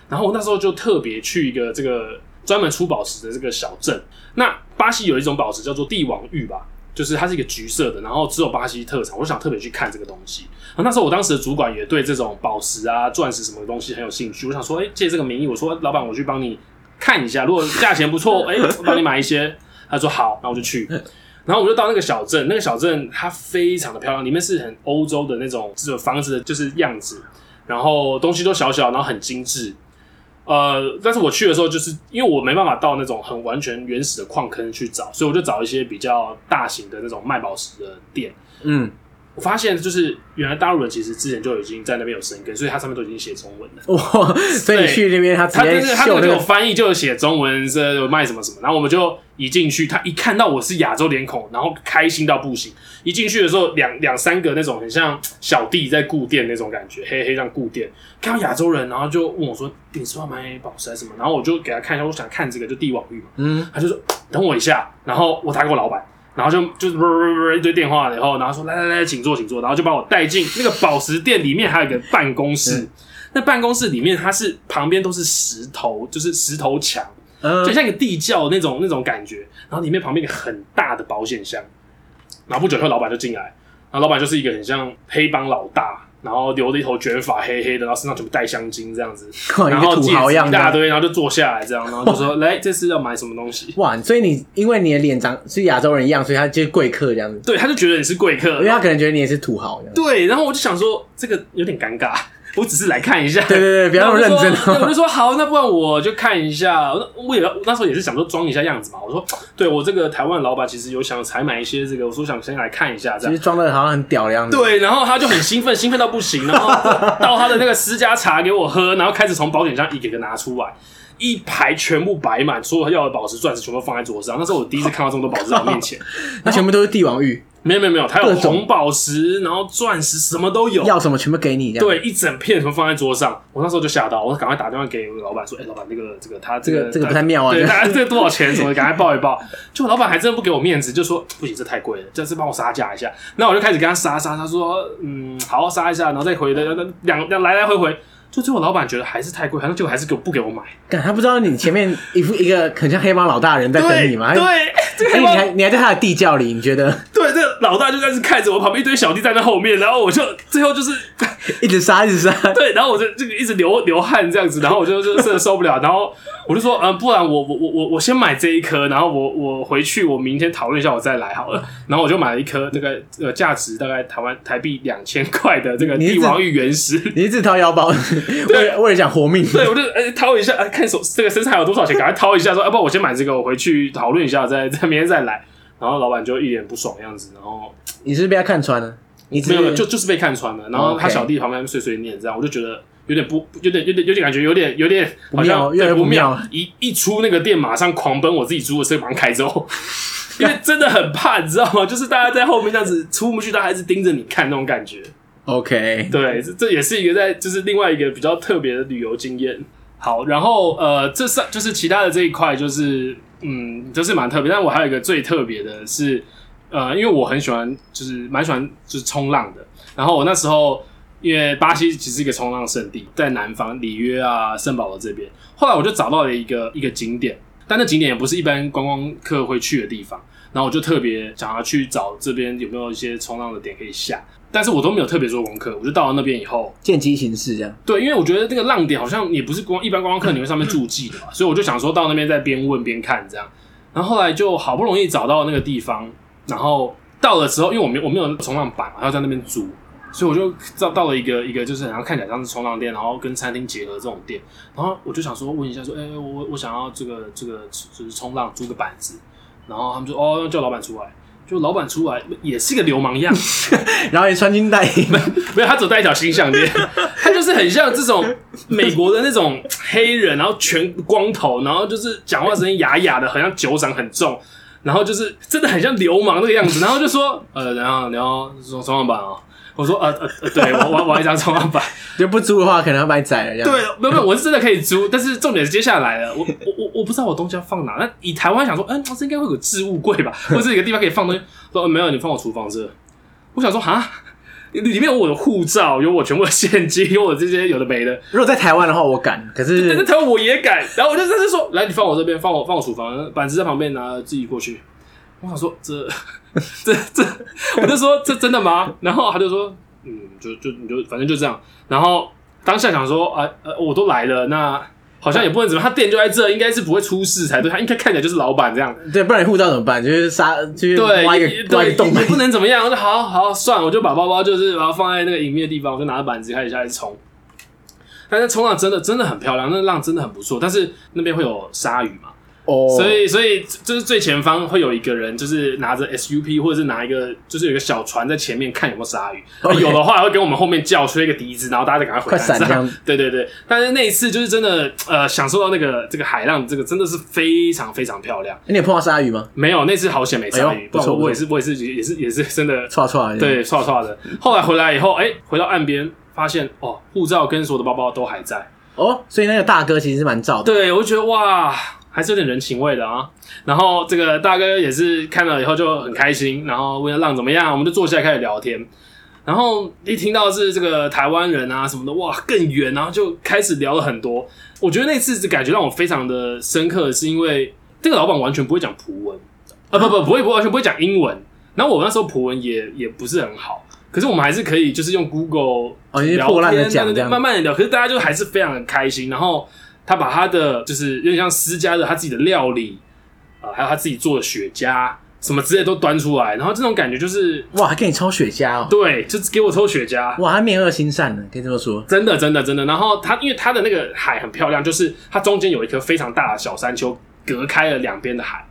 [SPEAKER 2] 然后我那时候就特别去一个这个专门出宝石的这个小镇。那巴西有一种宝石叫做帝王玉吧，就是它是一个橘色的，然后只有巴西特产。我想特别去看这个东西。然后那时候我当时的主管也对这种宝石啊、钻石什么东西很有兴趣。我想说，哎，借这个名义，我说老板，我去帮你看一下，如果价钱不错，哎，我帮你买一些。他说好，那我就去。然后我就到那个小镇，那个小镇它非常的漂亮，里面是很欧洲的那种这种房子的就是样子，然后东西都小小，然后很精致。呃，但是我去的时候，就是因为我没办法到那种很完全原始的矿坑去找，所以我就找一些比较大型的那种卖宝石的店。
[SPEAKER 1] 嗯，
[SPEAKER 2] 我发现就是原来大陆人其实之前就已经在那边有生根，所以它上面都已经写中文了。
[SPEAKER 1] 哇，哦所以你去那边他直
[SPEAKER 2] 他
[SPEAKER 1] 接
[SPEAKER 2] 就是他
[SPEAKER 1] 秀那
[SPEAKER 2] 那个
[SPEAKER 1] 个，
[SPEAKER 2] 有翻译就有写中文，这有卖什么什么，然后我们就一进去，他一看到我是亚洲脸孔，然后开心到不行。一进去的时候，两两三个那种很像小弟在顾店那种感觉，黑黑让顾店，看到亚洲人，然后就问我说：“你是不是要买宝哎石还是什么？”然后我就给他看一下，我想看这个就帝王玉嘛，
[SPEAKER 1] 嗯，
[SPEAKER 2] 他就说等我一下，然后我打给我老板，然后就就是啵啵啵一堆电话，然后然后说来来来，请坐请坐，然后就把我带进那个宝石店里面，还有一个办公室，那办公室里面它是旁边都是石头，就是石头墙，就
[SPEAKER 1] 嗯，
[SPEAKER 2] 像一个地窖那种那种感觉，然后里面旁边一个很大的保险箱，然后不久以后老板就进来，然后老板就是一个很像黑帮老大。然后留着一头卷发，黑黑的，然后身上全部带香精这样子，
[SPEAKER 1] 哇
[SPEAKER 2] 然
[SPEAKER 1] 一个
[SPEAKER 2] 后
[SPEAKER 1] 土
[SPEAKER 2] 戒
[SPEAKER 1] 豪
[SPEAKER 2] 指
[SPEAKER 1] 样
[SPEAKER 2] 一大
[SPEAKER 1] 的，
[SPEAKER 2] 堆，然后就坐下来这样，然后
[SPEAKER 1] <laughs>
[SPEAKER 2] 就说：“来，这次要买什么东西？”
[SPEAKER 1] 哇，所以你因为你的脸长是亚洲人一样，所以他就是贵客这样子，
[SPEAKER 2] 对，他就觉得你是贵客
[SPEAKER 1] 因为，他可能觉得你也是土豪这样子，
[SPEAKER 2] 对，然后我就想说这个有点尴尬，我只是来看一下，
[SPEAKER 1] 对对对，不
[SPEAKER 2] 然
[SPEAKER 1] 要
[SPEAKER 2] 后
[SPEAKER 1] 那么
[SPEAKER 2] 我就
[SPEAKER 1] 认
[SPEAKER 2] 说
[SPEAKER 1] 真
[SPEAKER 2] 对我
[SPEAKER 1] 哦，
[SPEAKER 2] 就说好，那不然我就看一下。那我也那时候也是想说装一下样子嘛。我说，对我这个台湾老板其实有想采买一些这个，我说想先来看一下这
[SPEAKER 1] 其
[SPEAKER 2] 样
[SPEAKER 1] 实。装的好像很屌的样子，
[SPEAKER 2] 对，然后他就很兴奋，兴奋到不行，然
[SPEAKER 1] <laughs>
[SPEAKER 2] 后倒他的那个私家茶给我喝，然后开始从保险箱一个一个拿出来，一排全部摆满，所有要的宝石、钻石全部放在桌上。那时候我第一次看到这么多宝石在我面前，
[SPEAKER 1] 那全部都是帝王玉，
[SPEAKER 2] 没有没有没有，它
[SPEAKER 1] 各
[SPEAKER 2] 有
[SPEAKER 1] 种
[SPEAKER 2] 红宝石，然后钻石，什么都有。
[SPEAKER 1] 要什么全部给你这样。，
[SPEAKER 2] 对，一整片全部放在桌上，我那时候就吓到，我赶快打电话给我的老板说：“哎、老板，那个这个他
[SPEAKER 1] 这个
[SPEAKER 2] 个
[SPEAKER 1] 这个不太妙啊
[SPEAKER 2] 对，
[SPEAKER 1] <laughs>
[SPEAKER 2] 他这个多少钱什么的，赶快报一报。”就老板还真的不给我面子，就说：“不行，这太贵了，这次帮我杀价一下。”那我就开始跟他杀杀，他说：“嗯，好好杀一下，然后再回的
[SPEAKER 1] 嗯
[SPEAKER 2] 两两来来回回。”就最后老板觉得还是太贵，反正就还是给我不给我买。
[SPEAKER 1] 干他不知道你前面一副一个很像黑帮老大的人在等你吗？
[SPEAKER 2] 对
[SPEAKER 1] 还，
[SPEAKER 2] 这个
[SPEAKER 1] 哎
[SPEAKER 2] 黑
[SPEAKER 1] 你
[SPEAKER 2] 帮
[SPEAKER 1] 还你还在他的地窖里，你觉
[SPEAKER 2] <laughs>
[SPEAKER 1] 得
[SPEAKER 2] 对这个老大就在这看着我，旁边一堆小弟在那后面，然后我就最后就是
[SPEAKER 1] 一直杀一直杀，
[SPEAKER 2] 对，然后我就这个一直流流汗这样子，然后我就就真的受不了，然后我就说，嗯、不然我我我我我先买这一颗，然后我我回去我明天讨论一下我再来好了。然后我就买了一颗这个呃价值大概台湾台币两千块的这个
[SPEAKER 1] 你是
[SPEAKER 2] 帝王玉原石。
[SPEAKER 1] 你一直掏腰包，为了为了想活命。
[SPEAKER 2] 对，我就呃掏一下，呃看手这个身上还有多少钱，赶快掏一下，说，要、不然我先买这个，我回去讨论一下，再再明天再来。然后老板就一脸不爽的样子，然后
[SPEAKER 1] 你是不是被他看穿了？你只
[SPEAKER 2] 没
[SPEAKER 1] 是
[SPEAKER 2] 有没有，就就是被看穿了。然后他
[SPEAKER 1] OK
[SPEAKER 2] 小弟旁边碎碎念这样，我就觉得有点不，有点有点有点感觉有点有点好
[SPEAKER 1] 妙
[SPEAKER 2] 像
[SPEAKER 1] 越来
[SPEAKER 2] 对
[SPEAKER 1] 越不
[SPEAKER 2] 不
[SPEAKER 1] 妙
[SPEAKER 2] 妙。一一出那个店，马上狂奔我自己租的车，马上
[SPEAKER 1] <laughs>
[SPEAKER 2] 开走。因为真的很怕，你知道吗？就是大家在后面这样子出不去，大家还是盯着你看那种感觉。
[SPEAKER 1] OK，
[SPEAKER 2] 对，这这也是一个在就是另外一个比较特别的旅游经验。好，然后呃，这三就是其他的这一块，就是嗯，这是蛮特别。但我还有一个最特别的是，呃，因为我很喜欢，就是蛮喜欢就是冲浪的。然后我那时候因为巴西其实是一个冲浪圣地，在南方里约啊、圣保罗这边。后来我就找到了一个一个景点，但那景点也不是一般观光客会去的地方。然后我就特别想要去找这边有没有一些冲浪的点可以下，但是我都没有特别做功课。我就到了那边以后，
[SPEAKER 1] 见机行事这样。
[SPEAKER 2] 对，因为我觉得这个浪点好像也不是光一般观光客你会上面注记的嘛，所以我就想说到那边再边问边看这样。然后后来就好不容易找到那个地方，然后到的时候，因为我没有我没有冲浪板嘛，要在那边租，所以我就到到了一个一个就是好像看起来像是冲浪店，然后跟餐厅结合这种店，然后我就想说问一下说，哎、我我我想要这个这个就是冲浪租个板子，然后他们就哦叫老板出来，就老板出来也是一个流氓样，
[SPEAKER 1] 然后也穿金戴银，
[SPEAKER 2] <laughs> 没有，他只有带一条新项链， <laughs> 他就是很像这种美国的那种黑人，然后全光头，然后就是讲话声音哑哑的，很像酒嗓很重，然后就是真的很像流氓那个样子，然后就说呃，然后然后冲冲浪板哦，我说呃呃呃，对我我我要一张冲浪板，
[SPEAKER 1] 就不租的话可能要把你宰了这样。
[SPEAKER 2] 对，没有没有，我是真的可以租，但是重点是接下来了，我我我我不知道我东西要放哪。那以台湾想说，嗯，这应该会有个置物柜吧，或者有个地方可以放东西。说、呃没有，你放我厨房这。我想说，哈，里面有我的护照，有我全部的现金，有我这些有的没的。
[SPEAKER 1] 如果在台湾的话，我敢，可
[SPEAKER 2] <laughs> 但在
[SPEAKER 1] 是
[SPEAKER 2] 台湾我也敢，然后我就在这说，来，你放我这边，放我放我厨房，板子在旁边，拿自己过去。我想说，这 <laughs> 这这，我就说这真的吗？然后他就说，嗯，就就你就反正就这样。然后当下想说，啊呃，我都来了，那好像也不能怎么样，他店就在这，应该是不会出事才对，他应该看起来就是老板这样。
[SPEAKER 1] 对，不然你护照怎么办？就是杀，就是
[SPEAKER 2] 对，
[SPEAKER 1] 挖一
[SPEAKER 2] 也
[SPEAKER 1] 个挖一
[SPEAKER 2] 对，
[SPEAKER 1] 个洞
[SPEAKER 2] 也。也不能怎么样。我就好好算了，我就把包包就是把它放在那个隐秘的地方，我就拿着板子开始下去冲。但是冲浪真的真的很漂亮，那浪真的很不错。但是那边会有鲨鱼嘛，
[SPEAKER 1] 哦，
[SPEAKER 2] 所以所以就是最前方会有一个人，就是拿着 SUP 或者是拿一个就是有一个小船在前面看有没有鲨鱼，
[SPEAKER 1] OK
[SPEAKER 2] 有的话会跟我们后面叫吹一个笛子，然后大家再赶快回
[SPEAKER 1] 快闪
[SPEAKER 2] 岸
[SPEAKER 1] 这样
[SPEAKER 2] 上。对对对，但是那一次就是真的呃享受到那个这个海浪，这个真的是非常非常漂亮。
[SPEAKER 1] 哎那你有碰到鲨鱼吗？
[SPEAKER 2] 没有，那次好险没鲨
[SPEAKER 1] 哎
[SPEAKER 2] 鱼，
[SPEAKER 1] 呦
[SPEAKER 2] 不然
[SPEAKER 1] 不错不
[SPEAKER 2] 我
[SPEAKER 1] 错哎
[SPEAKER 2] 我也是我也是也是也是真的，
[SPEAKER 1] 唰唰，，
[SPEAKER 2] 对，刷刷的。后来回来以后，哎、回到岸边发现哦，护照跟所有的包包都还在。
[SPEAKER 1] 哦，所以那个大哥其实是蛮燥的。
[SPEAKER 2] 对，我就觉得哇，还是有点人情味的啊。然后这个大哥也是看了以后就很开心，然后问浪怎么样，我们就坐下来开始聊天。然后一听到是这个台湾人啊什么的，哇，更远，然后就开始聊了很多。我觉得那次感觉让我非常的深刻，是因为这个老板完全不会讲葡文，啊不不不会不会完全不会讲英文。然后我那时候葡文也也不是很好，可是我们还是可以就是用 Google
[SPEAKER 1] 哦你是破烂地
[SPEAKER 2] 聊天
[SPEAKER 1] 讲
[SPEAKER 2] 对对
[SPEAKER 1] 这样
[SPEAKER 2] 慢慢的聊。可是大家就还是非常的开心。然后他把他的就是有点像私家的他自己的料理啊、还有他自己做的雪茄什么之类都端出来，然后这种感觉就是
[SPEAKER 1] 哇，还给你抽雪茄哦！
[SPEAKER 2] 对，就是给我抽雪茄。
[SPEAKER 1] 哇，他面恶心善呢，可以这么说。
[SPEAKER 2] 真的，真的，真的。然后它，因为它的那个海很漂亮，就是它中间有一颗非常大的小山丘，隔开了两边的海，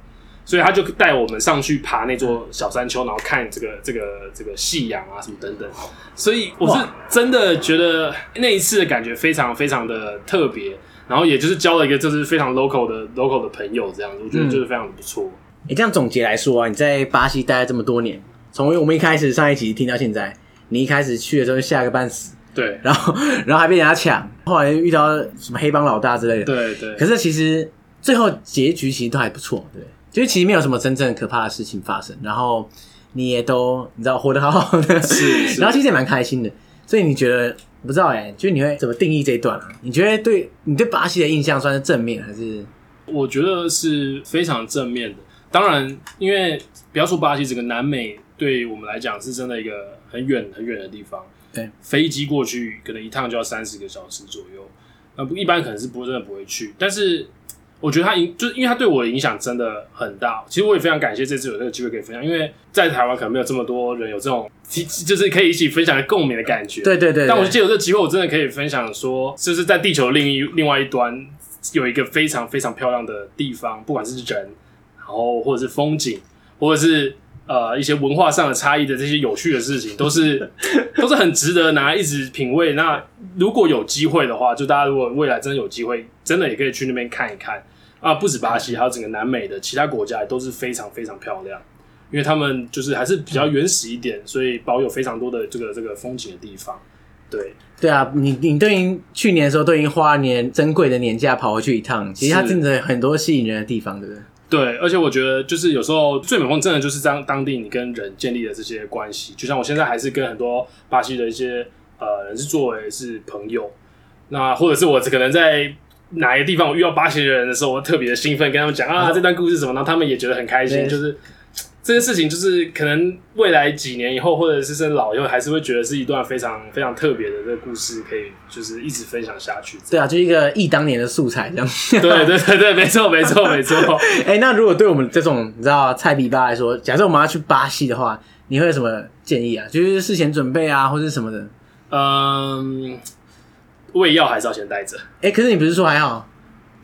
[SPEAKER 2] 所以他就带我们上去爬那座小山丘，然后看这个这 <laughs> 个这个夕阳啊什么等等。所以我是
[SPEAKER 1] 哇
[SPEAKER 2] 真的觉得那一次的感觉非常非常的特别，然后也就是交了一个就是非常 local 的 local 的朋友这样子，我觉得就是非常的不错。
[SPEAKER 1] 你这样总结来说啊，你在巴西待了这么多年，从我们一开始上一集听到现在，你一开始去的时候就吓个半死，
[SPEAKER 2] 对
[SPEAKER 1] 然后 <laughs> 然后还被人家抢，后来遇到什么黑帮老大之类的。
[SPEAKER 2] 对对
[SPEAKER 1] 可，是其实最后结局其实都还不错，对，就是其实没有什么真正可怕的事情发生，然后你也都你知道活得好好的， <laughs>
[SPEAKER 2] 是是
[SPEAKER 1] 然后其实也蛮开心的。所以你觉得我不知道哎、就是你会怎么定义这一段啊？你觉得对你对巴西的印象算是正面还是？
[SPEAKER 2] 我觉得是非常正面的。当然，因为不要说巴西，整个南美对我们来讲是真的一个很远很远的地方。
[SPEAKER 1] 对，
[SPEAKER 2] 飞机过去可能一趟就要三十个小时左右，那不一般可能是不会真的不会去。但是我觉得它影，就是因为它对我的影响真的很大。其实我也非常感谢这次有这个机会可以分享，因为在台湾可能没有这么多人有这种，其就是可以一起分享的共鸣的感觉。
[SPEAKER 1] 对对对对
[SPEAKER 2] 但我借由这个机会，我真的可以分享说，就是在地球另一另外一端有一个非常非常漂亮的地方，不管是人，然后或者是风景，或者是呃一些文化上的差异的这些有趣的事情，
[SPEAKER 1] <laughs>
[SPEAKER 2] 都是都是很值得拿一直品味。那如果有机会的话，就大家如果未来真的有机会，真的也可以去那边看一看啊，不止巴西，还有整个南美的其他国家也都是非常非常漂亮。因为他们就是还是比较原始一点，所以保有非常多的这个这个风景的地方。对，
[SPEAKER 1] 对啊，你你都已经去年的时候都已经花年珍贵的年假跑回去一趟，其实它
[SPEAKER 2] 是
[SPEAKER 1] 真的很多吸引人的地方，对不对？
[SPEAKER 2] 对，而且我觉得就是有时候最美梦真的就是当当地你跟人建立的这些关系，就像我现在还是跟很多巴西的一些呃人是作为是朋友，那或者是我可能在哪一个地方我遇到巴西人的时候，我特别的兴奋，跟他们讲啊这段故事是什么，然后他们也觉得很开心，
[SPEAKER 1] 对
[SPEAKER 2] 就是这件事情就是可能未来几年以后，或者是甚至老以后，还是会觉得是一段非常非常特别的这个故事，可以就是一直分享下去。
[SPEAKER 1] 对啊，就一个忆当年的素材这样。
[SPEAKER 2] 对对对对，没错没错没错。
[SPEAKER 1] <laughs> 哎、那如果对我们这种你知道菜比吧来说，假设我们要去巴西的话，你会有什么建议啊？就是事前准备啊，或者什么的。
[SPEAKER 2] 嗯，胃药还是要先带着，
[SPEAKER 1] 哎、可是你不是说还好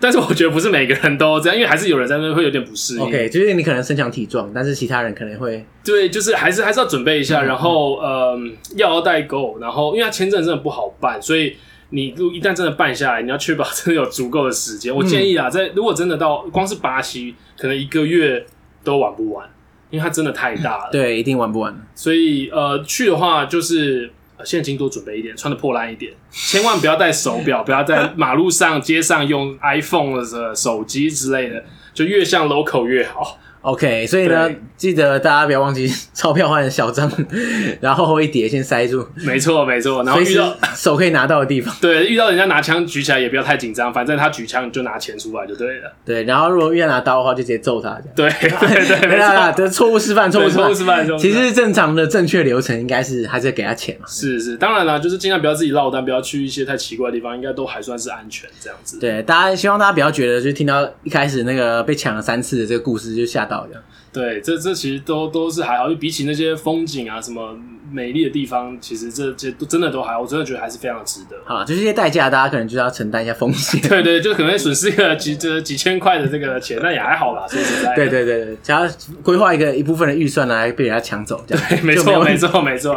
[SPEAKER 2] 但是我觉得不是每个人都这样，因为还是有人在那边会有点不适应。
[SPEAKER 1] ？OK，就是你可能身强体壮，但是其他人可能会
[SPEAKER 2] 对，就是还是还是要准备一下，然后嗯，药要带够，然后因为它签证真的不好办，所以你如一旦真的办下来，你要确保真的有足够的时间。我建议啊，在如果真的到光是巴西，可能一个月都玩不完，因为它真的太大了。
[SPEAKER 1] 对，一定玩不完。
[SPEAKER 2] 所以呃，去的话就是、呃现金多准备一点，穿的破烂一点，千万不要带手表，不要在马路上、街上用 iPhone 的手机之类的，就越像 local 越好。
[SPEAKER 1] OK，所以呢
[SPEAKER 2] 对，
[SPEAKER 1] 记得大家不要忘记 <laughs> 钞票换成小张， <laughs> 然后厚一叠先塞住，
[SPEAKER 2] 没错，没错。然后
[SPEAKER 1] 随
[SPEAKER 2] 遇
[SPEAKER 1] 时
[SPEAKER 2] 到
[SPEAKER 1] <laughs> 手可以拿到的地方。
[SPEAKER 2] 对遇到人家拿枪举起来也不要太紧张，反正他举枪你就拿钱出来就对了。
[SPEAKER 1] 对，然后如果遇到拿刀的话，就直接揍他这样。 <laughs>
[SPEAKER 2] 对 <laughs> 对对，
[SPEAKER 1] 没
[SPEAKER 2] 没
[SPEAKER 1] 啦啦，
[SPEAKER 2] 错。
[SPEAKER 1] 这是错误示范，错误
[SPEAKER 2] 对
[SPEAKER 1] 示
[SPEAKER 2] 错误
[SPEAKER 1] 范。
[SPEAKER 2] 示范，错误示
[SPEAKER 1] 其
[SPEAKER 2] 范
[SPEAKER 1] 实正常的正确流程应该是还是给他钱嘛。
[SPEAKER 2] 是是，当然啦，就是尽量不要自己落单，不要去一些太奇怪的地方，应该都还算是安全这样子。
[SPEAKER 1] 对，大家希望大家不要觉得，就是听到一开始那个被抢了三次的这个故事就吓到这样。
[SPEAKER 2] 对，这这其实都都是还好，因为比起那些风景啊、什么美丽的地方，其实这些都真的都还好，我真的觉得还是非常的值得。 <laughs>
[SPEAKER 1] 好啦，就是这些代价，大家可能就要承担一下风险。
[SPEAKER 2] 对对，就可能会损失个几这几千块的这个钱，但也还好啦，说实在
[SPEAKER 1] <laughs>
[SPEAKER 2] 的。
[SPEAKER 1] 对对对对，只要规划一个一部分的预算来被人家抢走，这样 <laughs>
[SPEAKER 2] 对， <laughs> 没
[SPEAKER 1] 就有
[SPEAKER 2] 错
[SPEAKER 1] 问
[SPEAKER 2] 没
[SPEAKER 1] 题。
[SPEAKER 2] 错没错。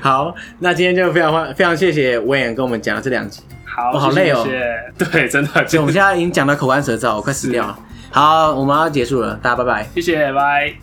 [SPEAKER 1] 好，那今天就非常欢非常谢谢威远跟我们讲了这两集，
[SPEAKER 2] 好，
[SPEAKER 1] 我好
[SPEAKER 2] 谢谢
[SPEAKER 1] 累哦
[SPEAKER 2] 谢谢对，真
[SPEAKER 1] <laughs>
[SPEAKER 2] 的，
[SPEAKER 1] 所以我们现在已经讲到口干舌燥，我快死掉了。好，我们要结束了，大家拜拜。
[SPEAKER 2] 谢谢，拜。